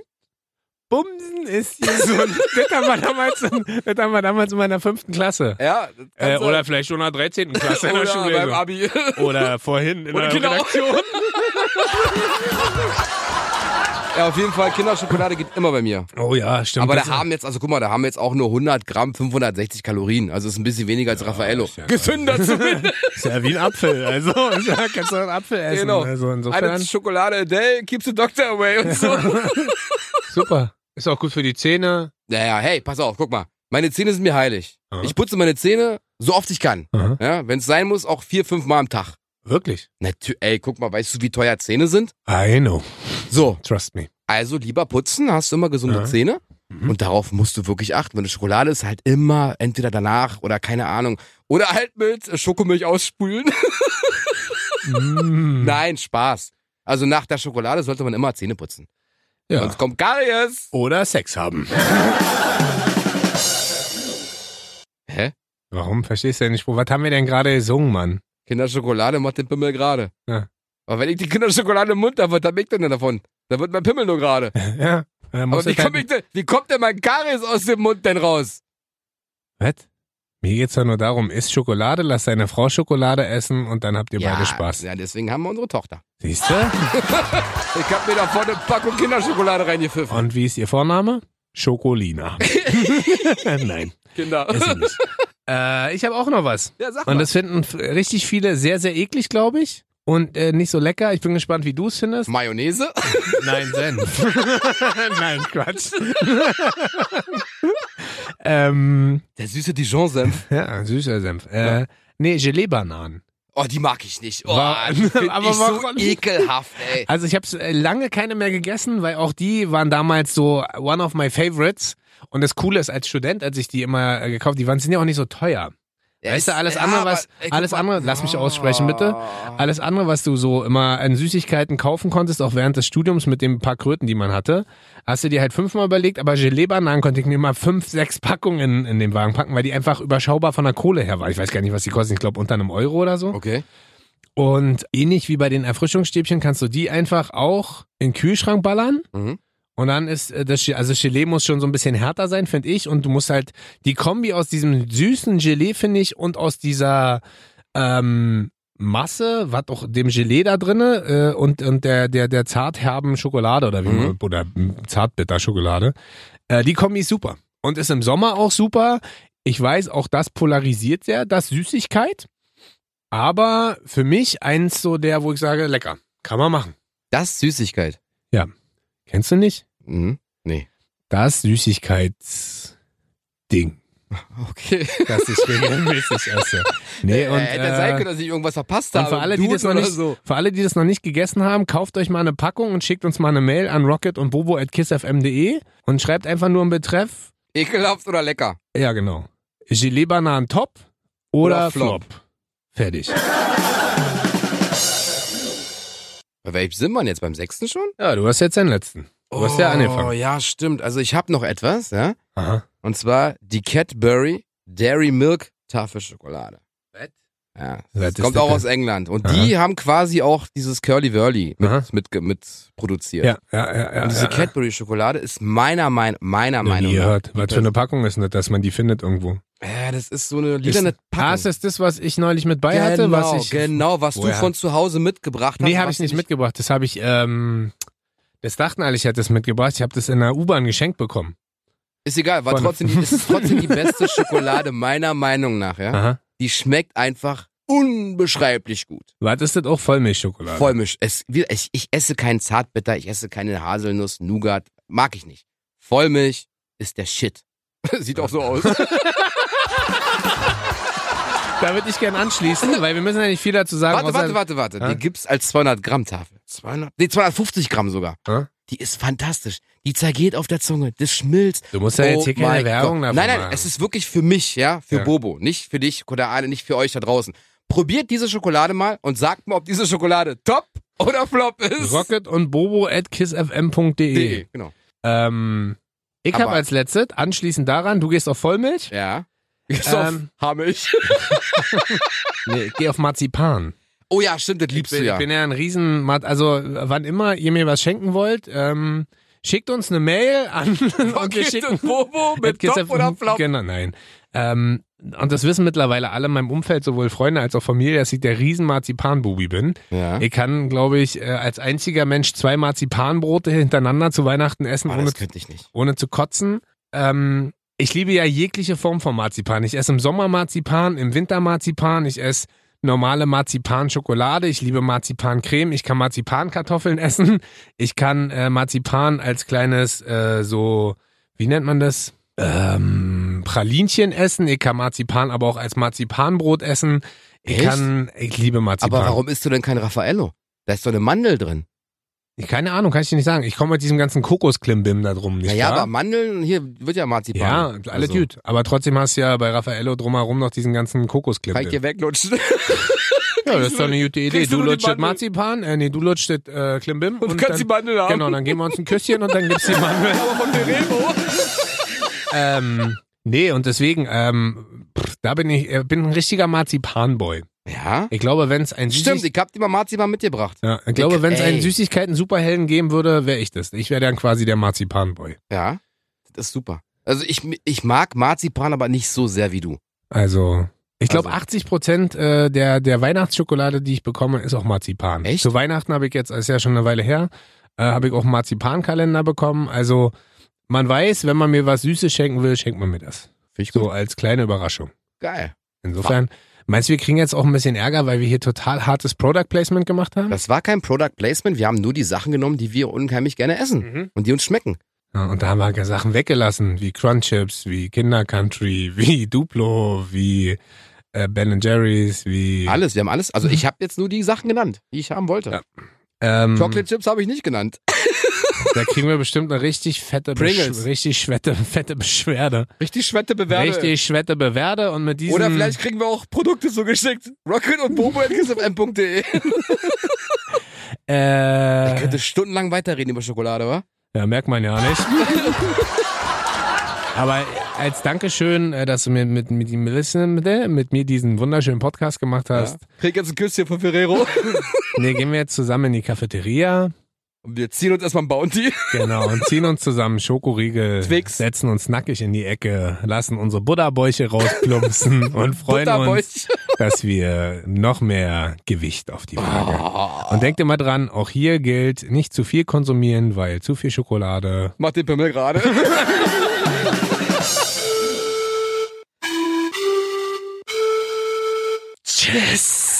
[SPEAKER 1] Bumsen ist gesund. das, haben wir damals in, das haben wir damals in meiner fünften Klasse.
[SPEAKER 2] Ja. das
[SPEAKER 1] Äh,
[SPEAKER 2] kannst du-
[SPEAKER 1] oder vielleicht schon in der 13. Klasse in der
[SPEAKER 2] also oder
[SPEAKER 1] Schule.
[SPEAKER 2] beim
[SPEAKER 1] so.
[SPEAKER 2] Abi.
[SPEAKER 1] Oder vorhin in
[SPEAKER 2] Oder
[SPEAKER 1] der
[SPEAKER 2] genau.
[SPEAKER 1] Äh, Redaktion.
[SPEAKER 2] Ja, auf jeden Fall, Kinderschokolade geht immer bei mir.
[SPEAKER 1] Oh ja, stimmt.
[SPEAKER 2] Aber da
[SPEAKER 1] Das-
[SPEAKER 2] haben jetzt, also guck mal, da haben jetzt auch nur 100 Gramm 560 Kalorien. Also ist ein bisschen weniger als Raffaello.
[SPEAKER 1] ist ja geil.
[SPEAKER 2] Gesünder zumindest.
[SPEAKER 1] ist ja wie ein Apfel. Also ist ja, kannst du einen Apfel essen.
[SPEAKER 2] Genau.
[SPEAKER 1] Also
[SPEAKER 2] Eine
[SPEAKER 1] insofern
[SPEAKER 2] Schokolade a day keeps the doctor away und so.
[SPEAKER 1] super. Ist auch gut für die Zähne.
[SPEAKER 2] Naja, hey, pass auf, guck mal. Meine Zähne sind mir heilig.
[SPEAKER 1] Aha.
[SPEAKER 2] Ich putze meine Zähne so oft ich kann.
[SPEAKER 1] Aha.
[SPEAKER 2] Ja, Wenn es sein muss, auch vier, fünf Mal am Tag.
[SPEAKER 1] Wirklich?
[SPEAKER 2] Natü ey, guck mal, weißt du, wie teuer Zähne sind?
[SPEAKER 1] I know.
[SPEAKER 2] So,
[SPEAKER 1] Trust me.
[SPEAKER 2] also lieber putzen, hast du immer gesunde
[SPEAKER 1] Ja.
[SPEAKER 2] Zähne.
[SPEAKER 1] Mhm.
[SPEAKER 2] Und darauf musst du wirklich achten. Wenn du Schokolade ist halt immer entweder danach oder keine Ahnung. Oder halt mit Schokomilch ausspülen.
[SPEAKER 1] Mm.
[SPEAKER 2] Nein, Spaß. Also nach der Schokolade sollte man immer Zähne putzen.
[SPEAKER 1] Ja.
[SPEAKER 2] Sonst kommt Karies.
[SPEAKER 1] Oder Sex haben.
[SPEAKER 2] Hä?
[SPEAKER 1] Warum? Verstehst du denn nicht? Was haben wir denn gerade gesungen, Mann?
[SPEAKER 2] Kinderschokolade macht den Pimmel gerade.
[SPEAKER 1] Ja.
[SPEAKER 2] Aber wenn ich die Kinderschokolade im Mund habe, was hab ich denn davon? Da wird mein Pimmel nur gerade.
[SPEAKER 1] Ja. Äh,
[SPEAKER 2] Aber wie, komm ich denn, wie kommt denn mein Karies aus dem Mund denn raus?
[SPEAKER 1] Was? Mir geht's ja nur darum, isst Schokolade, lass deine Frau Schokolade essen und dann habt ihr beide Spaß.
[SPEAKER 2] Ja, deswegen haben wir unsere Tochter.
[SPEAKER 1] Siehst du?
[SPEAKER 2] Ich hab mir da vorne eine Packung Kinderschokolade reingepfiffen.
[SPEAKER 1] Und wie ist ihr Vorname? Schokolina. Nein,
[SPEAKER 2] Kinder.
[SPEAKER 1] ist sie nicht. Äh, ich habe auch noch was.
[SPEAKER 2] Ja, sag
[SPEAKER 1] Und
[SPEAKER 2] mal.
[SPEAKER 1] das finden f- richtig viele sehr, sehr eklig, glaube ich. Und äh, nicht so lecker. Ich bin gespannt, wie du es findest.
[SPEAKER 2] Mayonnaise?
[SPEAKER 1] Nein, Senf. Nein, Quatsch. ähm,
[SPEAKER 2] Der süße Dijon-Senf.
[SPEAKER 1] ja, süßer Senf. Äh, nee, Gelee-Bananen.
[SPEAKER 2] Oh, die mag ich nicht. Oh,
[SPEAKER 1] War-
[SPEAKER 2] die find
[SPEAKER 1] Aber
[SPEAKER 2] ich so
[SPEAKER 1] warum?
[SPEAKER 2] ekelhaft, ey.
[SPEAKER 1] Also ich habe lange keine mehr gegessen, weil auch die waren damals so one of my favorites. Und das Coole ist, als Student, als ich die immer äh, gekauft, die waren sind ja auch nicht so teuer. Weißt du, alles andere, was-
[SPEAKER 2] aber, ey,
[SPEAKER 1] alles
[SPEAKER 2] guck
[SPEAKER 1] andere- lass mich aussprechen, bitte.
[SPEAKER 2] Ah.
[SPEAKER 1] Alles andere, was du so immer an Süßigkeiten kaufen konntest, auch während des Studiums mit den paar Kröten, die man hatte, hast du dir halt fünfmal überlegt, aber Gelee-Bananen konnte ich mir mal fünf, sechs Packungen in, in den Wagen packen, weil die einfach überschaubar von der Kohle her war. Ich weiß gar nicht, was die kosten. Ich glaube, unter einem Euro oder so.
[SPEAKER 2] Oh. Okay.
[SPEAKER 1] Und ähnlich wie bei den Erfrischungsstäbchen kannst du die einfach auch in den Kühlschrank ballern.
[SPEAKER 2] Mhm.
[SPEAKER 1] Und dann ist äh, das, Ge- also Gelee muss schon so ein bisschen härter sein, finde ich. Und du musst halt die Kombi aus diesem süßen Gelee, finde ich, und aus dieser ähm, Masse, was auch dem Gelee da drinne äh, und, und der, der, der zartherben Schokolade oder wie
[SPEAKER 2] Mhm.
[SPEAKER 1] man, oder mm, zartbitter Schokolade, äh, die Kombi ist super. Und ist im Sommer auch super. Ich weiß, auch das polarisiert sehr, das Süßigkeit. Aber für mich eins so der, wo ich sage, lecker. Kann man machen.
[SPEAKER 2] Das ist Süßigkeit.
[SPEAKER 1] Kennst du nicht?
[SPEAKER 2] Mhm.
[SPEAKER 1] das Süßigkeitsding,
[SPEAKER 2] Okay.
[SPEAKER 1] das ich regelmäßig esse. Nee, und,
[SPEAKER 2] äh, hätte sein
[SPEAKER 1] äh,
[SPEAKER 2] können, dass ich irgendwas verpasst
[SPEAKER 1] und
[SPEAKER 2] habe.
[SPEAKER 1] für alle, die
[SPEAKER 2] Duden
[SPEAKER 1] das noch
[SPEAKER 2] oder
[SPEAKER 1] nicht-
[SPEAKER 2] so.
[SPEAKER 1] für alle, die das noch nicht gegessen haben, kauft euch mal eine Packung und schickt uns mal eine Mail an rocket und bobo at kissfm.de und schreibt einfach nur im Betreff,
[SPEAKER 2] Ekelhaft oder lecker?
[SPEAKER 1] ja genau, Gelee-Bananen top oder,
[SPEAKER 2] Oder
[SPEAKER 1] flop.
[SPEAKER 2] Flop.
[SPEAKER 1] Fertig.
[SPEAKER 2] Bei welchem sind wir jetzt? Beim sechsten schon?
[SPEAKER 1] Oh, Ja, du hast jetzt den letzten. Du hast ja angefangen.
[SPEAKER 2] ja, stimmt. Also ich habe noch etwas, ja.
[SPEAKER 1] Aha.
[SPEAKER 2] Und zwar die Cadbury Dairy Milk Tafelschokolade.
[SPEAKER 1] What?
[SPEAKER 2] Ja,
[SPEAKER 1] Was
[SPEAKER 2] das
[SPEAKER 1] ist
[SPEAKER 2] kommt
[SPEAKER 1] das
[SPEAKER 2] auch
[SPEAKER 1] denn?
[SPEAKER 2] aus England. Und
[SPEAKER 1] Aha.
[SPEAKER 2] die haben quasi auch dieses Curly Wurly
[SPEAKER 1] Aha.
[SPEAKER 2] mit, mit, mit produziert.
[SPEAKER 1] Ne? Ja, ja, ja. ja
[SPEAKER 2] Und diese ne?
[SPEAKER 1] ja, ja.
[SPEAKER 2] Cadbury Schokolade ist meiner, mein, meiner
[SPEAKER 1] Noch nie
[SPEAKER 2] Meinung nach.
[SPEAKER 1] gehört. Was für eine Packung ist denn das, dass man die findet irgendwo?
[SPEAKER 2] Ja, das ist so eine lilane
[SPEAKER 1] Ah, ist
[SPEAKER 2] Packung.
[SPEAKER 1] das das, was ich neulich mit bei hatte?
[SPEAKER 2] genau,
[SPEAKER 1] Was ich,
[SPEAKER 2] genau, was du
[SPEAKER 1] Woher?
[SPEAKER 2] von zu Hause mitgebracht hast.
[SPEAKER 1] Nee, habe
[SPEAKER 2] was
[SPEAKER 1] ich nicht mitgebracht. Das habe ich, ähm, das dachten alle, ich hätte das mitgebracht. Ich habe das in der U-Bahn geschenkt bekommen.
[SPEAKER 2] Ist egal, war
[SPEAKER 1] Von-
[SPEAKER 2] trotzdem die, ist trotzdem die beste Schokolade meiner Meinung nach, ja.
[SPEAKER 1] Aha.
[SPEAKER 2] Die schmeckt einfach unbeschreiblich gut.
[SPEAKER 1] Was ist das auch Vollmilchschokolade?
[SPEAKER 2] Vollmisch. Es, wir- ich, ich esse keinen Zartbitter, ich esse keine Haselnuss, Nougat, mag ich nicht. Vollmilch ist der Shit. Sieht auch so aus.
[SPEAKER 1] Da würde ich gerne anschließen, weil wir müssen ja nicht viel dazu sagen.
[SPEAKER 2] warte, warte, warte, warte.
[SPEAKER 1] Hä?
[SPEAKER 2] Die gibt's als 200 Gramm Tafel. 200? Nee, 250 Gramm sogar.
[SPEAKER 1] Hä?
[SPEAKER 2] Die ist fantastisch. Die zergeht auf der Zunge, das schmilzt.
[SPEAKER 1] Du musst ja jetzt hier
[SPEAKER 2] Oh
[SPEAKER 1] keine
[SPEAKER 2] mein
[SPEAKER 1] Werbung
[SPEAKER 2] Gott.
[SPEAKER 1] dafür
[SPEAKER 2] Nein, nein,
[SPEAKER 1] machen.
[SPEAKER 2] es ist wirklich für mich, ja, für
[SPEAKER 1] Ja.
[SPEAKER 2] Bobo, nicht für dich oder Arne, nicht für euch da draußen. Probiert diese Schokolade mal und sagt mir, ob diese Schokolade top oder flop ist.
[SPEAKER 1] Rocket und Bobo at kissfm.de.
[SPEAKER 2] Nee, Genau.
[SPEAKER 1] Ähm, ich habe
[SPEAKER 2] Aber-
[SPEAKER 1] als letztes, anschließend daran, du gehst auf Vollmilch?
[SPEAKER 2] Ja.
[SPEAKER 1] Ähm.
[SPEAKER 2] Hamilch.
[SPEAKER 1] Nee, ich gehe auf Marzipan.
[SPEAKER 2] Oh ja, stimmt, das liebst
[SPEAKER 1] ich bin,
[SPEAKER 2] du ja.
[SPEAKER 1] Ich bin ja ein riesen, Mar- also wann immer ihr mir was schenken wollt, ähm, schickt uns eine Mail an und wir
[SPEAKER 2] Rocket
[SPEAKER 1] schicken
[SPEAKER 2] und Bobo mit
[SPEAKER 1] Kiss
[SPEAKER 2] Top
[SPEAKER 1] FM
[SPEAKER 2] oder Flop.
[SPEAKER 1] Genau, nein. Ähm, und das wissen mittlerweile alle in meinem Umfeld, sowohl Freunde als auch Familie, dass ich der riesen Marzipanbubi bin.
[SPEAKER 2] Ja.
[SPEAKER 1] Ich kann, glaube ich, äh, als einziger Mensch zwei Marzipanbrote hintereinander zu Weihnachten essen,
[SPEAKER 2] Ah,
[SPEAKER 1] ohne,
[SPEAKER 2] das könnte ich nicht.
[SPEAKER 1] ohne zu kotzen. Ähm, ich liebe ja jegliche Form von Marzipan. Ich esse im Sommer Marzipan, im Winter Marzipan, ich esse normale Marzipan-Schokolade, ich liebe Marzipan-Creme, ich kann Marzipankartoffeln essen, ich kann äh, Marzipan als kleines, äh, so, wie nennt man das? Ähm, Pralinchen essen, ich kann Marzipan aber auch als Marzipanbrot essen. Ich
[SPEAKER 2] Echt?
[SPEAKER 1] kann, ich liebe Marzipan.
[SPEAKER 2] Aber warum isst du denn kein Raffaello? Da ist doch eine Mandel drin.
[SPEAKER 1] Ich- Keine Ahnung, kann ich dir nicht sagen. Ich komme mit diesem ganzen Kokosklimbim da drum nicht
[SPEAKER 2] naja,
[SPEAKER 1] klar?
[SPEAKER 2] aber Mandeln, hier wird ja Marzipan.
[SPEAKER 1] Ja, alle
[SPEAKER 2] Also,
[SPEAKER 1] gut. Aber trotzdem hast du ja bei Raffaello drumherum noch diesen ganzen Kokosklipp.
[SPEAKER 2] Kann ich
[SPEAKER 1] Ja,
[SPEAKER 2] dir weglutschen.
[SPEAKER 1] das ist doch eine gute Idee.
[SPEAKER 2] kriegst du
[SPEAKER 1] Du
[SPEAKER 2] nur die
[SPEAKER 1] lutscht das
[SPEAKER 2] Mandel.
[SPEAKER 1] Marzipan, äh, nee, du lutscht das äh, Klimbim.
[SPEAKER 2] Und, kannst die
[SPEAKER 1] dann,
[SPEAKER 2] Mandel haben.
[SPEAKER 1] Genau, dann geben wir uns ein Küsschen und dann gibt's die Mandel.
[SPEAKER 2] Aber von Ferrero.
[SPEAKER 1] ähm, nee, und deswegen, ähm, pff, da bin ich, äh, bin ein richtiger Marzipanboy.
[SPEAKER 2] Ja.
[SPEAKER 1] Ich glaube, wenn es ein
[SPEAKER 2] Stimmt,
[SPEAKER 1] Süßig
[SPEAKER 2] ich hab dir mal Marzipan mitgebracht.
[SPEAKER 1] ja, ich glaube, wenn es
[SPEAKER 2] Ey.
[SPEAKER 1] einen Süßigkeiten-Superhelden geben würde, wäre ich das. Ich wäre dann quasi der Marzipanboy.
[SPEAKER 2] Ja. Das ist super. Also ich, ich mag Marzipan, aber nicht so sehr wie du.
[SPEAKER 1] Also, ich glaube,
[SPEAKER 2] Also.
[SPEAKER 1] 80 Prozent äh, der, der Weihnachtsschokolade, die ich bekomme, ist auch Marzipan.
[SPEAKER 2] Echt?
[SPEAKER 1] Zu Weihnachten habe ich jetzt, ist ja schon eine Weile her, äh, habe ich auch einen Marzipankalender bekommen. Also, man weiß, wenn man mir was Süßes schenken will, schenkt man mir das.
[SPEAKER 2] Finde ich
[SPEAKER 1] So als kleine Überraschung.
[SPEAKER 2] Geil.
[SPEAKER 1] Insofern, meinst du, wir kriegen jetzt auch ein bisschen Ärger, weil wir hier total hartes Product Placement gemacht haben?
[SPEAKER 2] Das war kein Product Placement. Wir haben nur die Sachen genommen, die wir unheimlich gerne essen.
[SPEAKER 1] Mhm.
[SPEAKER 2] Und die uns schmecken.
[SPEAKER 1] Ja, und da haben wir Sachen weggelassen, wie Crunchips, wie Kinder Country, wie Duplo, wie äh, Ben Jerry's, wie.
[SPEAKER 2] Alles, wir haben alles. Also ich habe jetzt nur die Sachen genannt, die ich haben wollte. Mhm.
[SPEAKER 1] Ja. Ähm,
[SPEAKER 2] Chocolate Chips habe ich nicht genannt.
[SPEAKER 1] Da kriegen wir bestimmt eine richtig fette,
[SPEAKER 2] Pringles.
[SPEAKER 1] Besch richtig schwette, fette Beschwerde.
[SPEAKER 2] Richtig schwette Bewerbe.
[SPEAKER 1] Richtig schwette Bewerde und mit diesem.
[SPEAKER 2] Oder vielleicht kriegen wir auch Produkte so geschickt. Rocket und Bobo at kissfm.de. Ich
[SPEAKER 1] Äh,
[SPEAKER 2] könnte stundenlang weiterreden über Schokolade, wa?
[SPEAKER 1] ja, merkt man ja nicht. Aber als Dankeschön, äh, dass du mir mit, mit, die Melissa- mit, mit mir diesen wunderschönen Podcast gemacht hast.
[SPEAKER 2] Krieg jetzt ein Küsschen von Ferrero.
[SPEAKER 1] Nee, gehen wir jetzt zusammen in die Cafeteria.
[SPEAKER 2] Und wir ziehen uns erstmal ein Bounty.
[SPEAKER 1] Genau. Und ziehen uns zusammen Schokoriegel.
[SPEAKER 2] Twix.
[SPEAKER 1] Setzen uns nackig in die Ecke. Lassen unsere Buddha-Bäuche rausplumpsen und freuen uns.
[SPEAKER 2] Butterbäuch.
[SPEAKER 1] dass wir noch mehr Gewicht auf die Waage.
[SPEAKER 2] Oh.
[SPEAKER 1] Und denkt immer dran, auch hier gilt, nicht zu viel konsumieren, weil zu viel Schokolade.
[SPEAKER 2] Mach den Pimmel gerade. Tschüss.